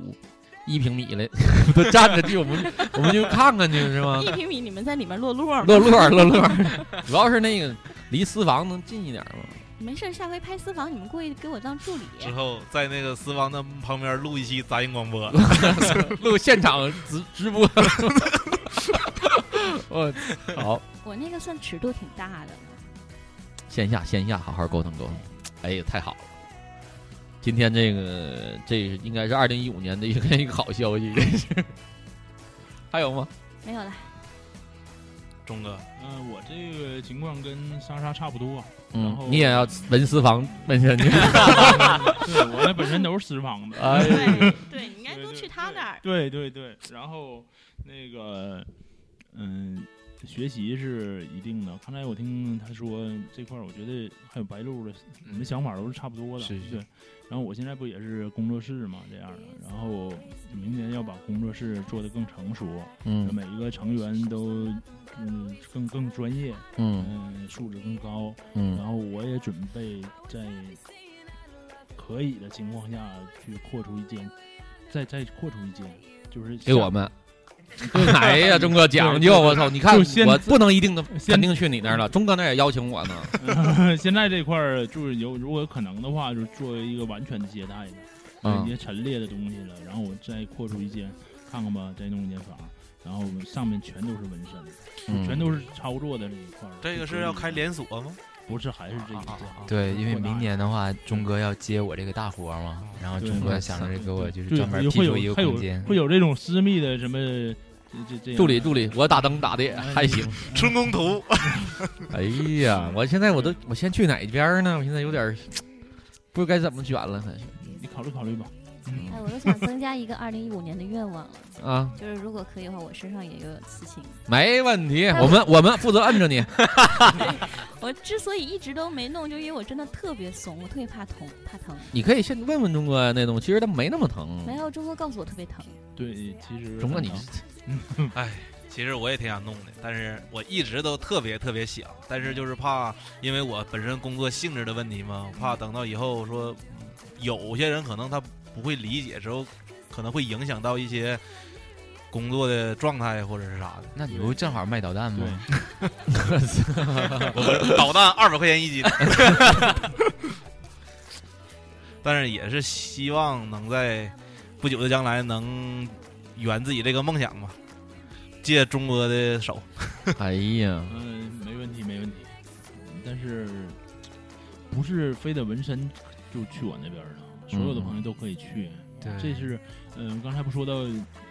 Speaker 10: 一平米来， [laughs] 都站着去，我们我们就看看去是吗？
Speaker 12: [laughs] 一平米，你们在里面落落吗？
Speaker 10: 乐乐乐乐，主要是那个离私房能近一点吗？
Speaker 12: 没事儿，下回拍私房，你们过去给我当助理。
Speaker 11: 之后在那个私房的旁边录一期杂音广播，
Speaker 10: 录现场直直 [laughs] 播，我好，
Speaker 12: 我那个算尺度挺大的，
Speaker 10: 线下线下好好沟通沟通。哎呀，太好了！今天这个这是应该是二零一五年的一个一个好消息，这是。还有吗？
Speaker 12: 没有了。
Speaker 11: 钟哥，
Speaker 8: 嗯、我这个情况跟莎莎差不多，然
Speaker 10: 嗯
Speaker 8: 后，
Speaker 10: 你也要纹私房纹 [laughs] 身去？
Speaker 8: 对我那本身都是私房的，
Speaker 10: 哎对
Speaker 12: 对，你应该都去他那儿。
Speaker 8: 对对对，然后那个，嗯，学习是一定的。刚才我听他说这块儿，我觉得还有白鹿的，你
Speaker 12: 嗯
Speaker 8: 们想法都是差不多的，
Speaker 13: 是是
Speaker 8: 对。然后我现在不也是工作室嘛，这样的。然后明年要把工作室做得更成熟，
Speaker 10: 嗯
Speaker 8: 每一个成员都嗯更更专业，
Speaker 10: 嗯
Speaker 8: 素质更高，
Speaker 10: 嗯
Speaker 8: 然后我也准备在可以的情况下去扩出一间，再再扩出一间，就是
Speaker 10: 给我们。哎呀，钟哥讲
Speaker 8: 对对
Speaker 10: 究，我操！你看
Speaker 8: 就先
Speaker 10: 我不能一定的，
Speaker 8: 先
Speaker 10: 肯定去你那儿了。钟哥那儿也邀请我呢。
Speaker 8: 现在这块儿就是有，如果有可能的话，就是做一个完全的接待的，
Speaker 10: 嗯
Speaker 8: 一些陈列的东西了，然后我再扩出一间，看看吧，再弄一间房，然后上面全都是纹身，
Speaker 13: 嗯
Speaker 8: 就全都是操作的这一块儿。
Speaker 11: 这个是要开连锁吗？
Speaker 8: 不是，还是这一块儿。
Speaker 13: 对，因为
Speaker 8: 扩大
Speaker 13: 明年的话，钟哥要接我这个大活儿嘛，然后
Speaker 8: 对
Speaker 13: 钟哥
Speaker 8: 对
Speaker 13: 想着给我就是
Speaker 8: 对
Speaker 13: 专门
Speaker 8: 有
Speaker 13: 辟
Speaker 8: 会
Speaker 13: 出一
Speaker 8: 有
Speaker 13: 个
Speaker 8: 会有
Speaker 13: 空间。
Speaker 8: 会有这种私密的什么这这这样
Speaker 10: 助理
Speaker 8: 的
Speaker 10: 助理，我打灯打的也还行。
Speaker 11: 春宫图。
Speaker 8: [laughs]
Speaker 10: 哎呀，我现在我都我先去哪边儿呢？我现在有点儿不知该怎么选了，还是
Speaker 8: 你考虑考虑吧。
Speaker 12: 哎，我又想增加一个二零一五年的愿望了
Speaker 10: 啊
Speaker 12: 就是如果可以的话，我身上也有刺青。
Speaker 10: 没问题，我们我们负责摁着你。
Speaker 12: 我之所以一直都没弄，就因为我真的特别怂，我特别怕疼，怕疼。
Speaker 10: 你可以先问问钟哥那东西，其实他没那么疼。
Speaker 12: 没有，钟哥告诉我特别疼。
Speaker 8: 对，其实
Speaker 10: 钟哥你，
Speaker 11: 哎，其实我也挺想弄的，但是我一直都特别特别想，但是就是怕，因为我本身工作性质的问题嘛，我怕等到以后说，嗯有些人可能他不会理解，之后可能会影响到一些工作的状态或者是啥的。 [laughs]
Speaker 13: 那你不正好卖导弹吗？
Speaker 11: 我导弹二百块钱一斤， [laughs] 但是也是希望能在不久的将来能圆自己这个梦想吧。借钟哥的手，
Speaker 13: [laughs]
Speaker 10: 哎呀，
Speaker 8: 嗯，没问题，没问题。嗯但是不是非得纹身就去我那边儿的，所有的朋友都可以去。
Speaker 13: 对
Speaker 8: 这是嗯、刚才不说到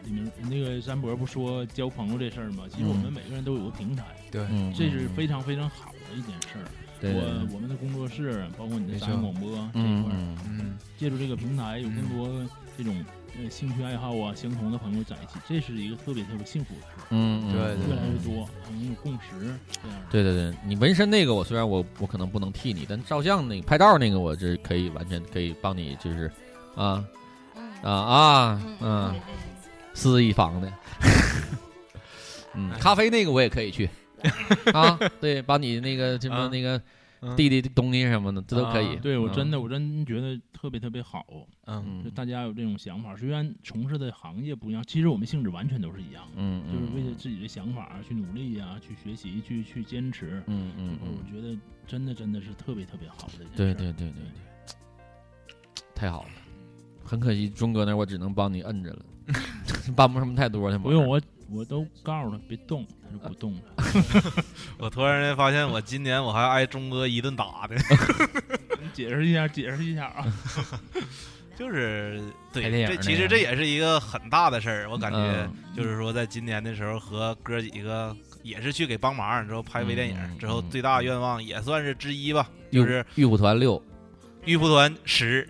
Speaker 8: 你们那个山伯不说交朋友这事儿吗？其实
Speaker 13: 嗯
Speaker 8: 我们每个人都有个平台，
Speaker 13: 对嗯
Speaker 8: 这是非常非常好的一件事儿。
Speaker 10: 对对
Speaker 8: 我
Speaker 10: 对
Speaker 8: 我们的工作室，包括你的
Speaker 10: 没
Speaker 8: 杂音
Speaker 10: 错
Speaker 8: 广播这一
Speaker 10: 嗯
Speaker 8: 块儿，
Speaker 10: 嗯嗯
Speaker 8: 借助这个平台，有更多这种呃兴趣爱好啊相同的朋友在一起，这是一个特别特别幸福的事儿。
Speaker 10: 嗯嗯对对嗯
Speaker 8: 越来越多，很有共识这样。
Speaker 10: 对对对，你纹身那个我虽然我我可能不能替你，但照相那个拍照那个我这可以完全可以帮你，就是啊啊啊嗯，私一方的， [laughs] 嗯，
Speaker 8: 哎
Speaker 10: 咖啡那个我也可以
Speaker 8: [laughs]
Speaker 10: 去啊，对，把你那个什么
Speaker 8: 啊
Speaker 10: 那个
Speaker 8: 嗯啊
Speaker 10: 弟弟的东西什么的，这都可以。
Speaker 8: 对我
Speaker 10: 嗯
Speaker 8: 真的，我真觉得特别特别好。
Speaker 10: 嗯
Speaker 8: 就大家有这种想法，虽然从事的行业不一样，其实我们性质完全都是一样的。
Speaker 10: 嗯嗯
Speaker 8: 就是为了自己的想法啊去努力呀、去学习，去去坚持。
Speaker 10: 嗯嗯
Speaker 8: 这块儿我觉得真的真的是特别特别好的一件事
Speaker 10: 对
Speaker 8: 儿。
Speaker 10: 对对对对，太好了，很可惜钟哥那儿我只能帮你摁着了， [laughs] 帮不上什么太多的忙。
Speaker 8: 不用我，我都告诉他别动，他就不动了。
Speaker 11: 我突然间发现，我今年我还挨钟哥一顿打的。
Speaker 8: 你解释一下，解释一下啊！
Speaker 11: 就是对
Speaker 8: 拍电，影
Speaker 11: 这
Speaker 8: 那
Speaker 11: 其实
Speaker 8: 个
Speaker 11: 这也是一个很大的事儿。我感觉
Speaker 10: 嗯
Speaker 11: 就是说，在今年的时候和哥几个也是去给帮忙，之后拍微电影，
Speaker 10: 嗯
Speaker 11: 之后最大愿望也算是之一吧，
Speaker 10: 玉
Speaker 11: 就
Speaker 10: 虎
Speaker 11: 是
Speaker 10: 玉虎团六，
Speaker 11: 玉蒲团十。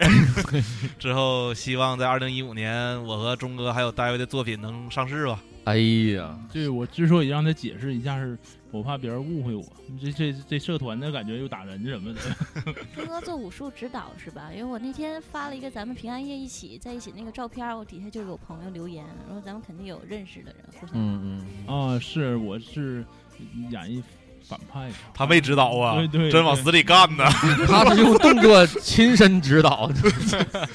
Speaker 11: 之后希望在二零一五年，我和钟哥还有大卫的作品能上市吧。
Speaker 10: 哎呀，
Speaker 8: [laughs] 对我之所以让他解释一下，是我怕别人误会我。这这这社团的感觉又打人什
Speaker 11: [laughs]
Speaker 8: 么的。
Speaker 12: 钟哥做武术指导是吧？因为我那天发了一个咱们平安夜一起在一起那个照片儿，我底下就有朋友留言，然后咱们肯定有认识的人互相。
Speaker 10: 嗯
Speaker 8: 嗯。啊，是，我是演绎反派。
Speaker 11: 他被指导啊
Speaker 8: 对对，
Speaker 11: 真往死里干呐
Speaker 10: 嗯他是用动作亲身指导。
Speaker 11: [laughs]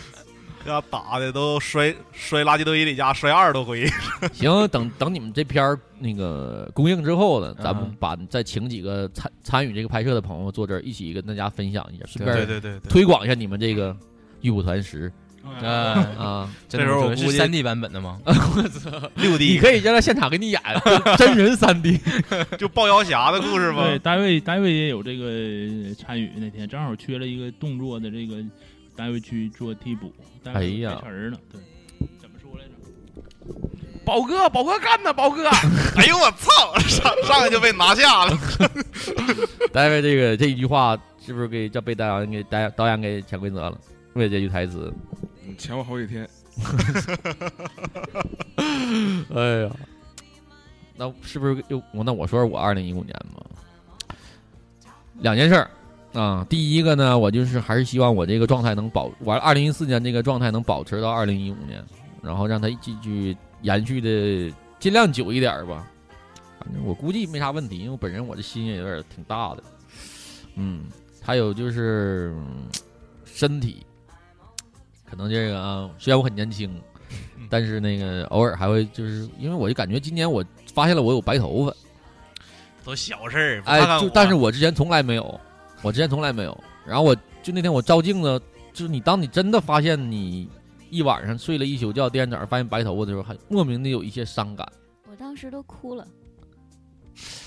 Speaker 11: 要打的都摔摔垃圾堆里家摔二十多回。
Speaker 10: 行，等等你们这片儿那个公映之后呢，咱
Speaker 11: 啊
Speaker 10: 们把再请几个参参与这个拍摄的朋友坐这儿一起跟大家分享一下，顺便
Speaker 11: 对对对对
Speaker 10: 推广一下你们这个玉舞团十。
Speaker 13: 啊
Speaker 11: [laughs]
Speaker 10: 啊！ [laughs]
Speaker 13: 这时候我估计是 3D 版本的吗
Speaker 10: 我操，
Speaker 13: 6D
Speaker 10: 你可以让他现场给你
Speaker 11: [laughs]
Speaker 10: 演真人三 D， [laughs]
Speaker 11: 就抱瑶侠的故事吗
Speaker 8: 对，单位单位也有这个参与。那天正好缺了一个动作的这个单位去做替补，单位
Speaker 10: 哎呀
Speaker 8: 没词儿呢。对，
Speaker 11: 宝哥，宝哥干呐，
Speaker 14: [laughs]
Speaker 11: 宝哥！哎呦我操，上上来就被拿下了。
Speaker 10: 大卫这个这一句话是不是给叫被导演给导演导演给潜规则了？为这句台词，
Speaker 14: 你潜我好几天。
Speaker 10: [laughs] 哎
Speaker 13: [laughs]
Speaker 10: 呀，那是不是又我那我说我二零一五年吧，两件事儿啊。第一个呢，我就是还是希望我这个状态能保，我二零一四年这个状态能保持到二零一五年，然后让它继续延续的尽量久一点儿吧。反正我估计没啥问题，因为我本人我这心也有点儿挺大的，嗯。还有就是嗯身体，可能这个啊，虽然我很年轻，但是那个偶尔还会就是，因为我就感觉今年我发现了我有白头发，
Speaker 11: 都小事儿，不看
Speaker 10: 哎，
Speaker 11: 看
Speaker 10: 就
Speaker 11: 我
Speaker 10: 但是我之前从来没有，我之前从来没有。然后我就那天我照镜子，就是你当你真的发现你一晚上睡了一宿觉，第二天早上发现白头发的时候，还莫名的有一些伤感。
Speaker 12: 我当时都哭了，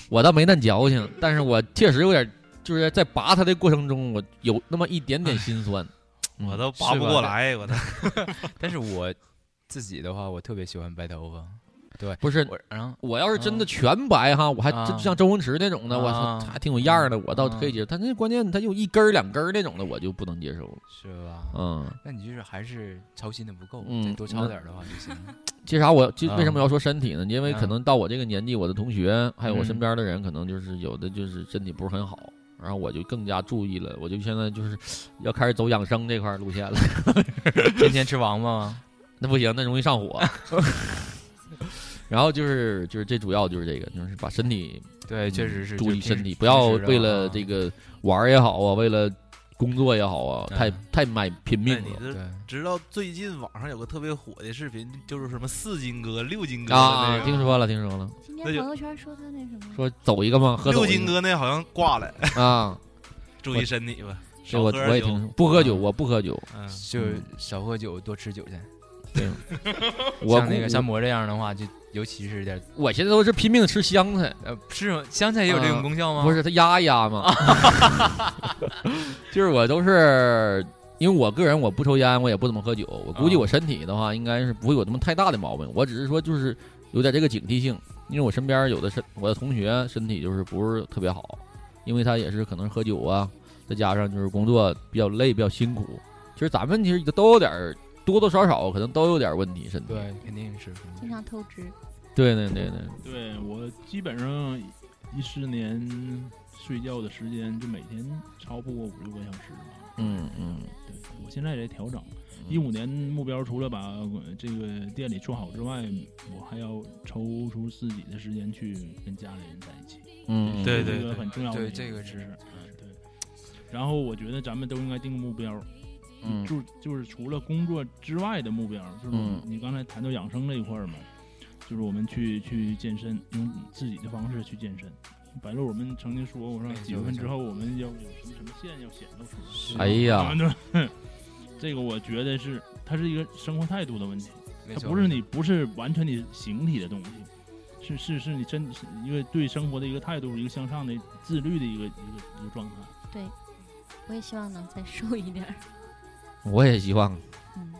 Speaker 10: 我倒没那矫情，但是我确实有点，就是在拔它的过程中，我有那么一点点心酸。
Speaker 11: 我都拔不过来，我都。
Speaker 13: 但是我自己的话，我特别喜欢白头发，对，
Speaker 10: 不是，
Speaker 13: 然后
Speaker 10: 我要嗯啊是真的全白哈，我还真像周星驰那种的，我操，
Speaker 13: 啊
Speaker 10: 他还挺有样儿的，我倒可以接受。但是关键他有一根儿两根儿那种的，我就不能接受了。
Speaker 13: 是吧？
Speaker 10: 嗯，
Speaker 13: 啊那你就是还是操心的不够，
Speaker 10: 嗯
Speaker 13: 再多操点儿的话就行
Speaker 10: [laughs]
Speaker 13: 了。
Speaker 10: 其实啊，我就
Speaker 13: 啊
Speaker 10: 为什么要说身体呢？因为
Speaker 11: 嗯
Speaker 13: 啊
Speaker 10: 可能到我这个年纪，我的同学还有我
Speaker 13: 嗯
Speaker 10: 身边的人，可能就是有的就是身体不是很好，然后我就更加注意了，我就现在就是要开始走养生这块路
Speaker 11: [laughs]
Speaker 10: 线了。
Speaker 13: 天天吃王八吗？
Speaker 10: 那不行，那容易上
Speaker 11: [laughs]
Speaker 10: 火。然后就是就是最主要就是这个，就是把身体
Speaker 13: 对
Speaker 10: 嗯
Speaker 13: 确实是
Speaker 10: 注
Speaker 13: 就
Speaker 10: 意
Speaker 13: 平
Speaker 10: 身
Speaker 13: 时
Speaker 10: 体，
Speaker 13: 平
Speaker 10: 不要
Speaker 13: 时啊
Speaker 10: 为了这个玩儿也好啊，为了工作也好啊，太太卖拼命
Speaker 11: 哎你
Speaker 10: 了。
Speaker 11: 知知道最近网上有个特别火的视频，就是什么四金哥、六金哥的
Speaker 10: 啊
Speaker 11: 那，个
Speaker 10: 听说了，听说了，
Speaker 12: 今
Speaker 11: 那
Speaker 12: 天
Speaker 11: 就
Speaker 12: 朋友圈说他那什么，
Speaker 10: 说走一个吗？喝走
Speaker 11: 六
Speaker 10: 一
Speaker 11: 金
Speaker 10: 个
Speaker 11: 哥那好像挂了，
Speaker 10: 啊，
Speaker 11: 注意身体吧，
Speaker 10: 是
Speaker 11: 少
Speaker 10: 我
Speaker 11: 喝点
Speaker 10: 我也
Speaker 11: 酒
Speaker 10: 听说，不喝酒，我不喝酒，
Speaker 11: 嗯
Speaker 13: 就是少喝酒，多吃韭菜。
Speaker 10: 对我
Speaker 13: 像那
Speaker 10: 估
Speaker 13: 个像我这样的话，就尤其是点
Speaker 10: 我现在都是拼命吃香菜，
Speaker 13: 呃，是吗香菜也有这种功效吗？
Speaker 10: 呃不是，它压一压
Speaker 13: [laughs]
Speaker 10: 嘛。就是我都是因为我个人我不抽烟，我也不怎么喝酒，我
Speaker 13: 哦
Speaker 10: 估计我身体的话应该是不会有那么太大的毛病。我只是说就是有点这个警惕性，因为我身边有的身我的同学身体就是不是特别好，因为他也是可能喝酒啊，再加上就是工作比较累、比较辛苦。其实咱们其实都有点儿多多少少可能都有点儿问题，身体。
Speaker 13: 对，肯定是。
Speaker 12: 经常透支，
Speaker 10: 对对对对，
Speaker 8: 对我基本上一十年睡觉的时间就每天超不过五六个小时吧。
Speaker 10: 嗯嗯，
Speaker 8: 对我现在也在调整。一五年目标除了把呃这个店里做好之外，我还要抽出自己的时间去跟家里人在一起。
Speaker 10: 嗯
Speaker 8: 这是
Speaker 13: 对对
Speaker 8: 一个
Speaker 13: 对
Speaker 8: 很重要的
Speaker 13: 对
Speaker 8: 一
Speaker 13: 这个
Speaker 8: 事。嗯，对。然后我觉得咱们都应该定个目标，
Speaker 10: 嗯
Speaker 8: 就就是除了工作之外的目标，就是
Speaker 10: 嗯
Speaker 8: 你刚才谈到养生这一块儿嘛，就是我们去去健身，用自己的方式去健身。白鹿，我们曾经说，我说几月份之后我们要有什么什么线要显露出来。
Speaker 10: 哎呀
Speaker 8: 咱们都这个我觉得是它是一个生活态度的问题，
Speaker 13: 没
Speaker 8: 它
Speaker 13: 错
Speaker 8: 不是你不是完全你形体的东西，是是是你真是一个对生活的一个态度，一个向上的自律的一个一个一个状态。
Speaker 12: 对，我也希望能再瘦一点儿。
Speaker 10: 我也希望。
Speaker 12: 嗯，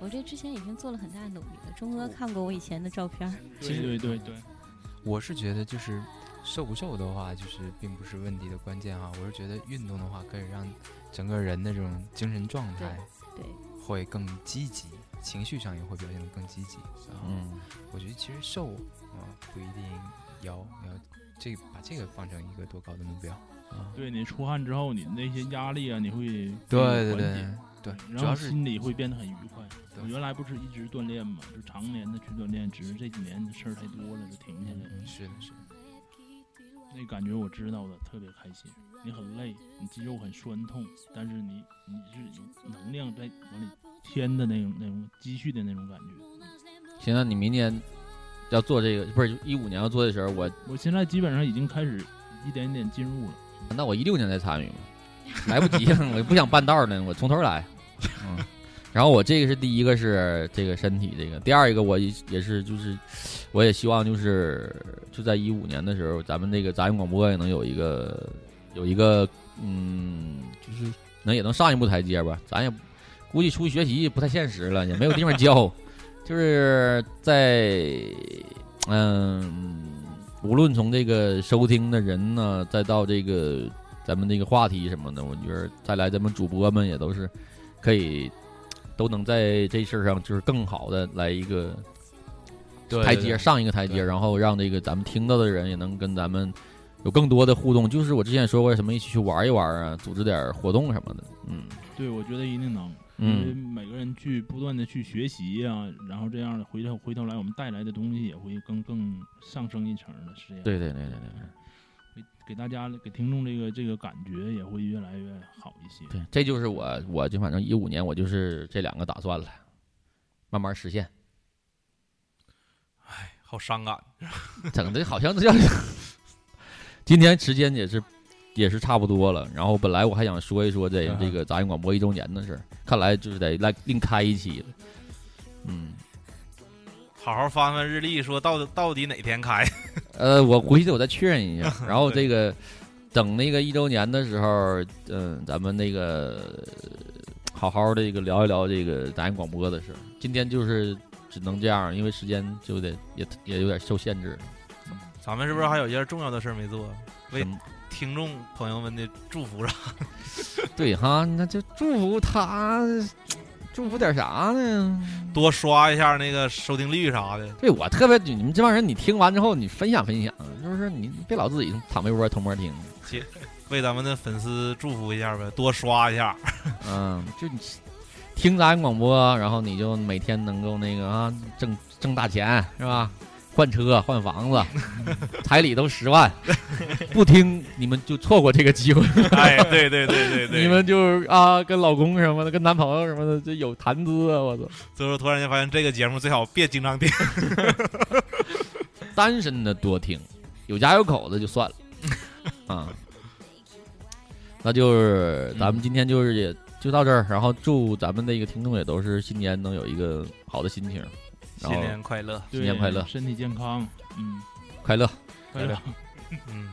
Speaker 12: 我这之前已经做了很大的努力了。钟哥看过我以前的照片儿，
Speaker 8: 对对对对，
Speaker 13: 我是觉得就是瘦不瘦的话，就是并不是问题的关键哈。我是觉得运动的话，可以让整个人的这种精神状态
Speaker 12: 对
Speaker 13: 会更积极，情绪上也会表现得更积极。然后
Speaker 10: 嗯，
Speaker 13: 我觉得其实瘦啊、不一定要要这把这个放成一个多高的目标啊。
Speaker 8: 对你出汗之后，你那些压力啊，你会
Speaker 13: 对对
Speaker 8: 缓解
Speaker 13: 对对主
Speaker 8: 嗯然
Speaker 13: 要
Speaker 8: 后
Speaker 13: 是
Speaker 8: 心里会变得很愉快。我原来不是一直锻炼嘛，就常年的去锻炼，只是这几年事儿太多了，就停下来了。
Speaker 13: 嗯是的，是的。
Speaker 8: 那感觉我知道的，特别开心。你很累，你肌肉很酸痛，但是你你是有能量在往里添的那种那种积蓄的那种感觉。
Speaker 10: 行，那你明年要做这个，不是一五年要做的时候，我
Speaker 8: 我现在基本上已经开始一点一点进入了。
Speaker 10: 那我一六年再参与嘛，来不及了，我不想半道儿呢，我从头来。嗯，然后我这个是第一个是这个身体这个，第二一个我也也是就是，我也希望就是就在一五年的时候，咱们这个杂音广播也能有一个有一个嗯，就是能也能上一步台阶吧，咱也估计出去学习不太现实了，也没有地方教， [laughs] 就是在嗯，无论从这个收听的人呢，再到这个咱们这个话题什么的，我觉得再来咱们主播们也都是可以都能在这事儿上就是更好的来一个
Speaker 13: 对
Speaker 10: 台
Speaker 13: 对
Speaker 10: 阶
Speaker 13: 对
Speaker 10: 上一个台阶，然后让这个咱们听到的人也能跟咱们有更多的互动。就是我之前也说过，什么一起去玩一玩啊，组织点儿活动什么的，嗯。
Speaker 8: 对，我觉得一定能，
Speaker 10: 嗯
Speaker 8: 因为每个人去不断的去学习呀、然后这样的回头回头来，我们带来的东西也会更更上升一层的，是这样。
Speaker 10: 对对对对对，
Speaker 8: 给给大家给听众这个这个感觉也会越来越好一些。
Speaker 10: 对，这就是我，我就反正一五年我就是这两个打算了，慢慢实现。
Speaker 11: 好伤感。
Speaker 10: 整的好像这样。 [laughs] 今天时间也是也是差不多了，然后本来我还想说一说这
Speaker 13: 嗯
Speaker 10: 这个杂音广播一周年的事儿，看来就是得来另开一期了。嗯，
Speaker 11: 好好翻翻日历，说到底到底哪天开？ [laughs]
Speaker 10: 呃，我回去我再确认一下，然后这个等那个一周年的时候，嗯，咱们那个呃好好的一个聊一聊这个杂音广播的事儿。今天就是只能这样，因为时间就得也也有点受限制。嗯
Speaker 11: 咱们是不是还有一件重要的事儿没做？为听众朋友们的祝福啥？
Speaker 10: 对哈，那就祝福他，祝福点啥呢？
Speaker 11: 多刷一下那个收听率啥的。
Speaker 10: 对我特别，你们这帮人，你听完之后你分享分享，就是你别老自己躺被窝偷摸听。
Speaker 11: 其为咱们的粉丝祝福一下呗，多刷一下。
Speaker 10: 嗯，就你听咱广播，然后你就每天能够那个啊挣挣大钱是吧？换车换房子，彩礼都十万，不听你们就错过这个机会。
Speaker 11: [laughs] 哎，对对对对对，
Speaker 10: 你们就是啊，跟老公什么的，跟男朋友什么的，就有谈资啊！我操，
Speaker 11: 最后突然间发现这个节目最好别经常听，
Speaker 10: 单身的多听，有家有口的就
Speaker 11: [laughs]
Speaker 10: 算了啊。那
Speaker 11: 嗯
Speaker 10: 就是咱们今天就是也就到这儿，然后祝咱们的一个听众也都是新年能有一个好的心情，然后
Speaker 11: 新年快乐
Speaker 10: 新年快乐，
Speaker 8: 身体健康，嗯，
Speaker 10: 快乐，
Speaker 8: 快乐，
Speaker 11: 嗯，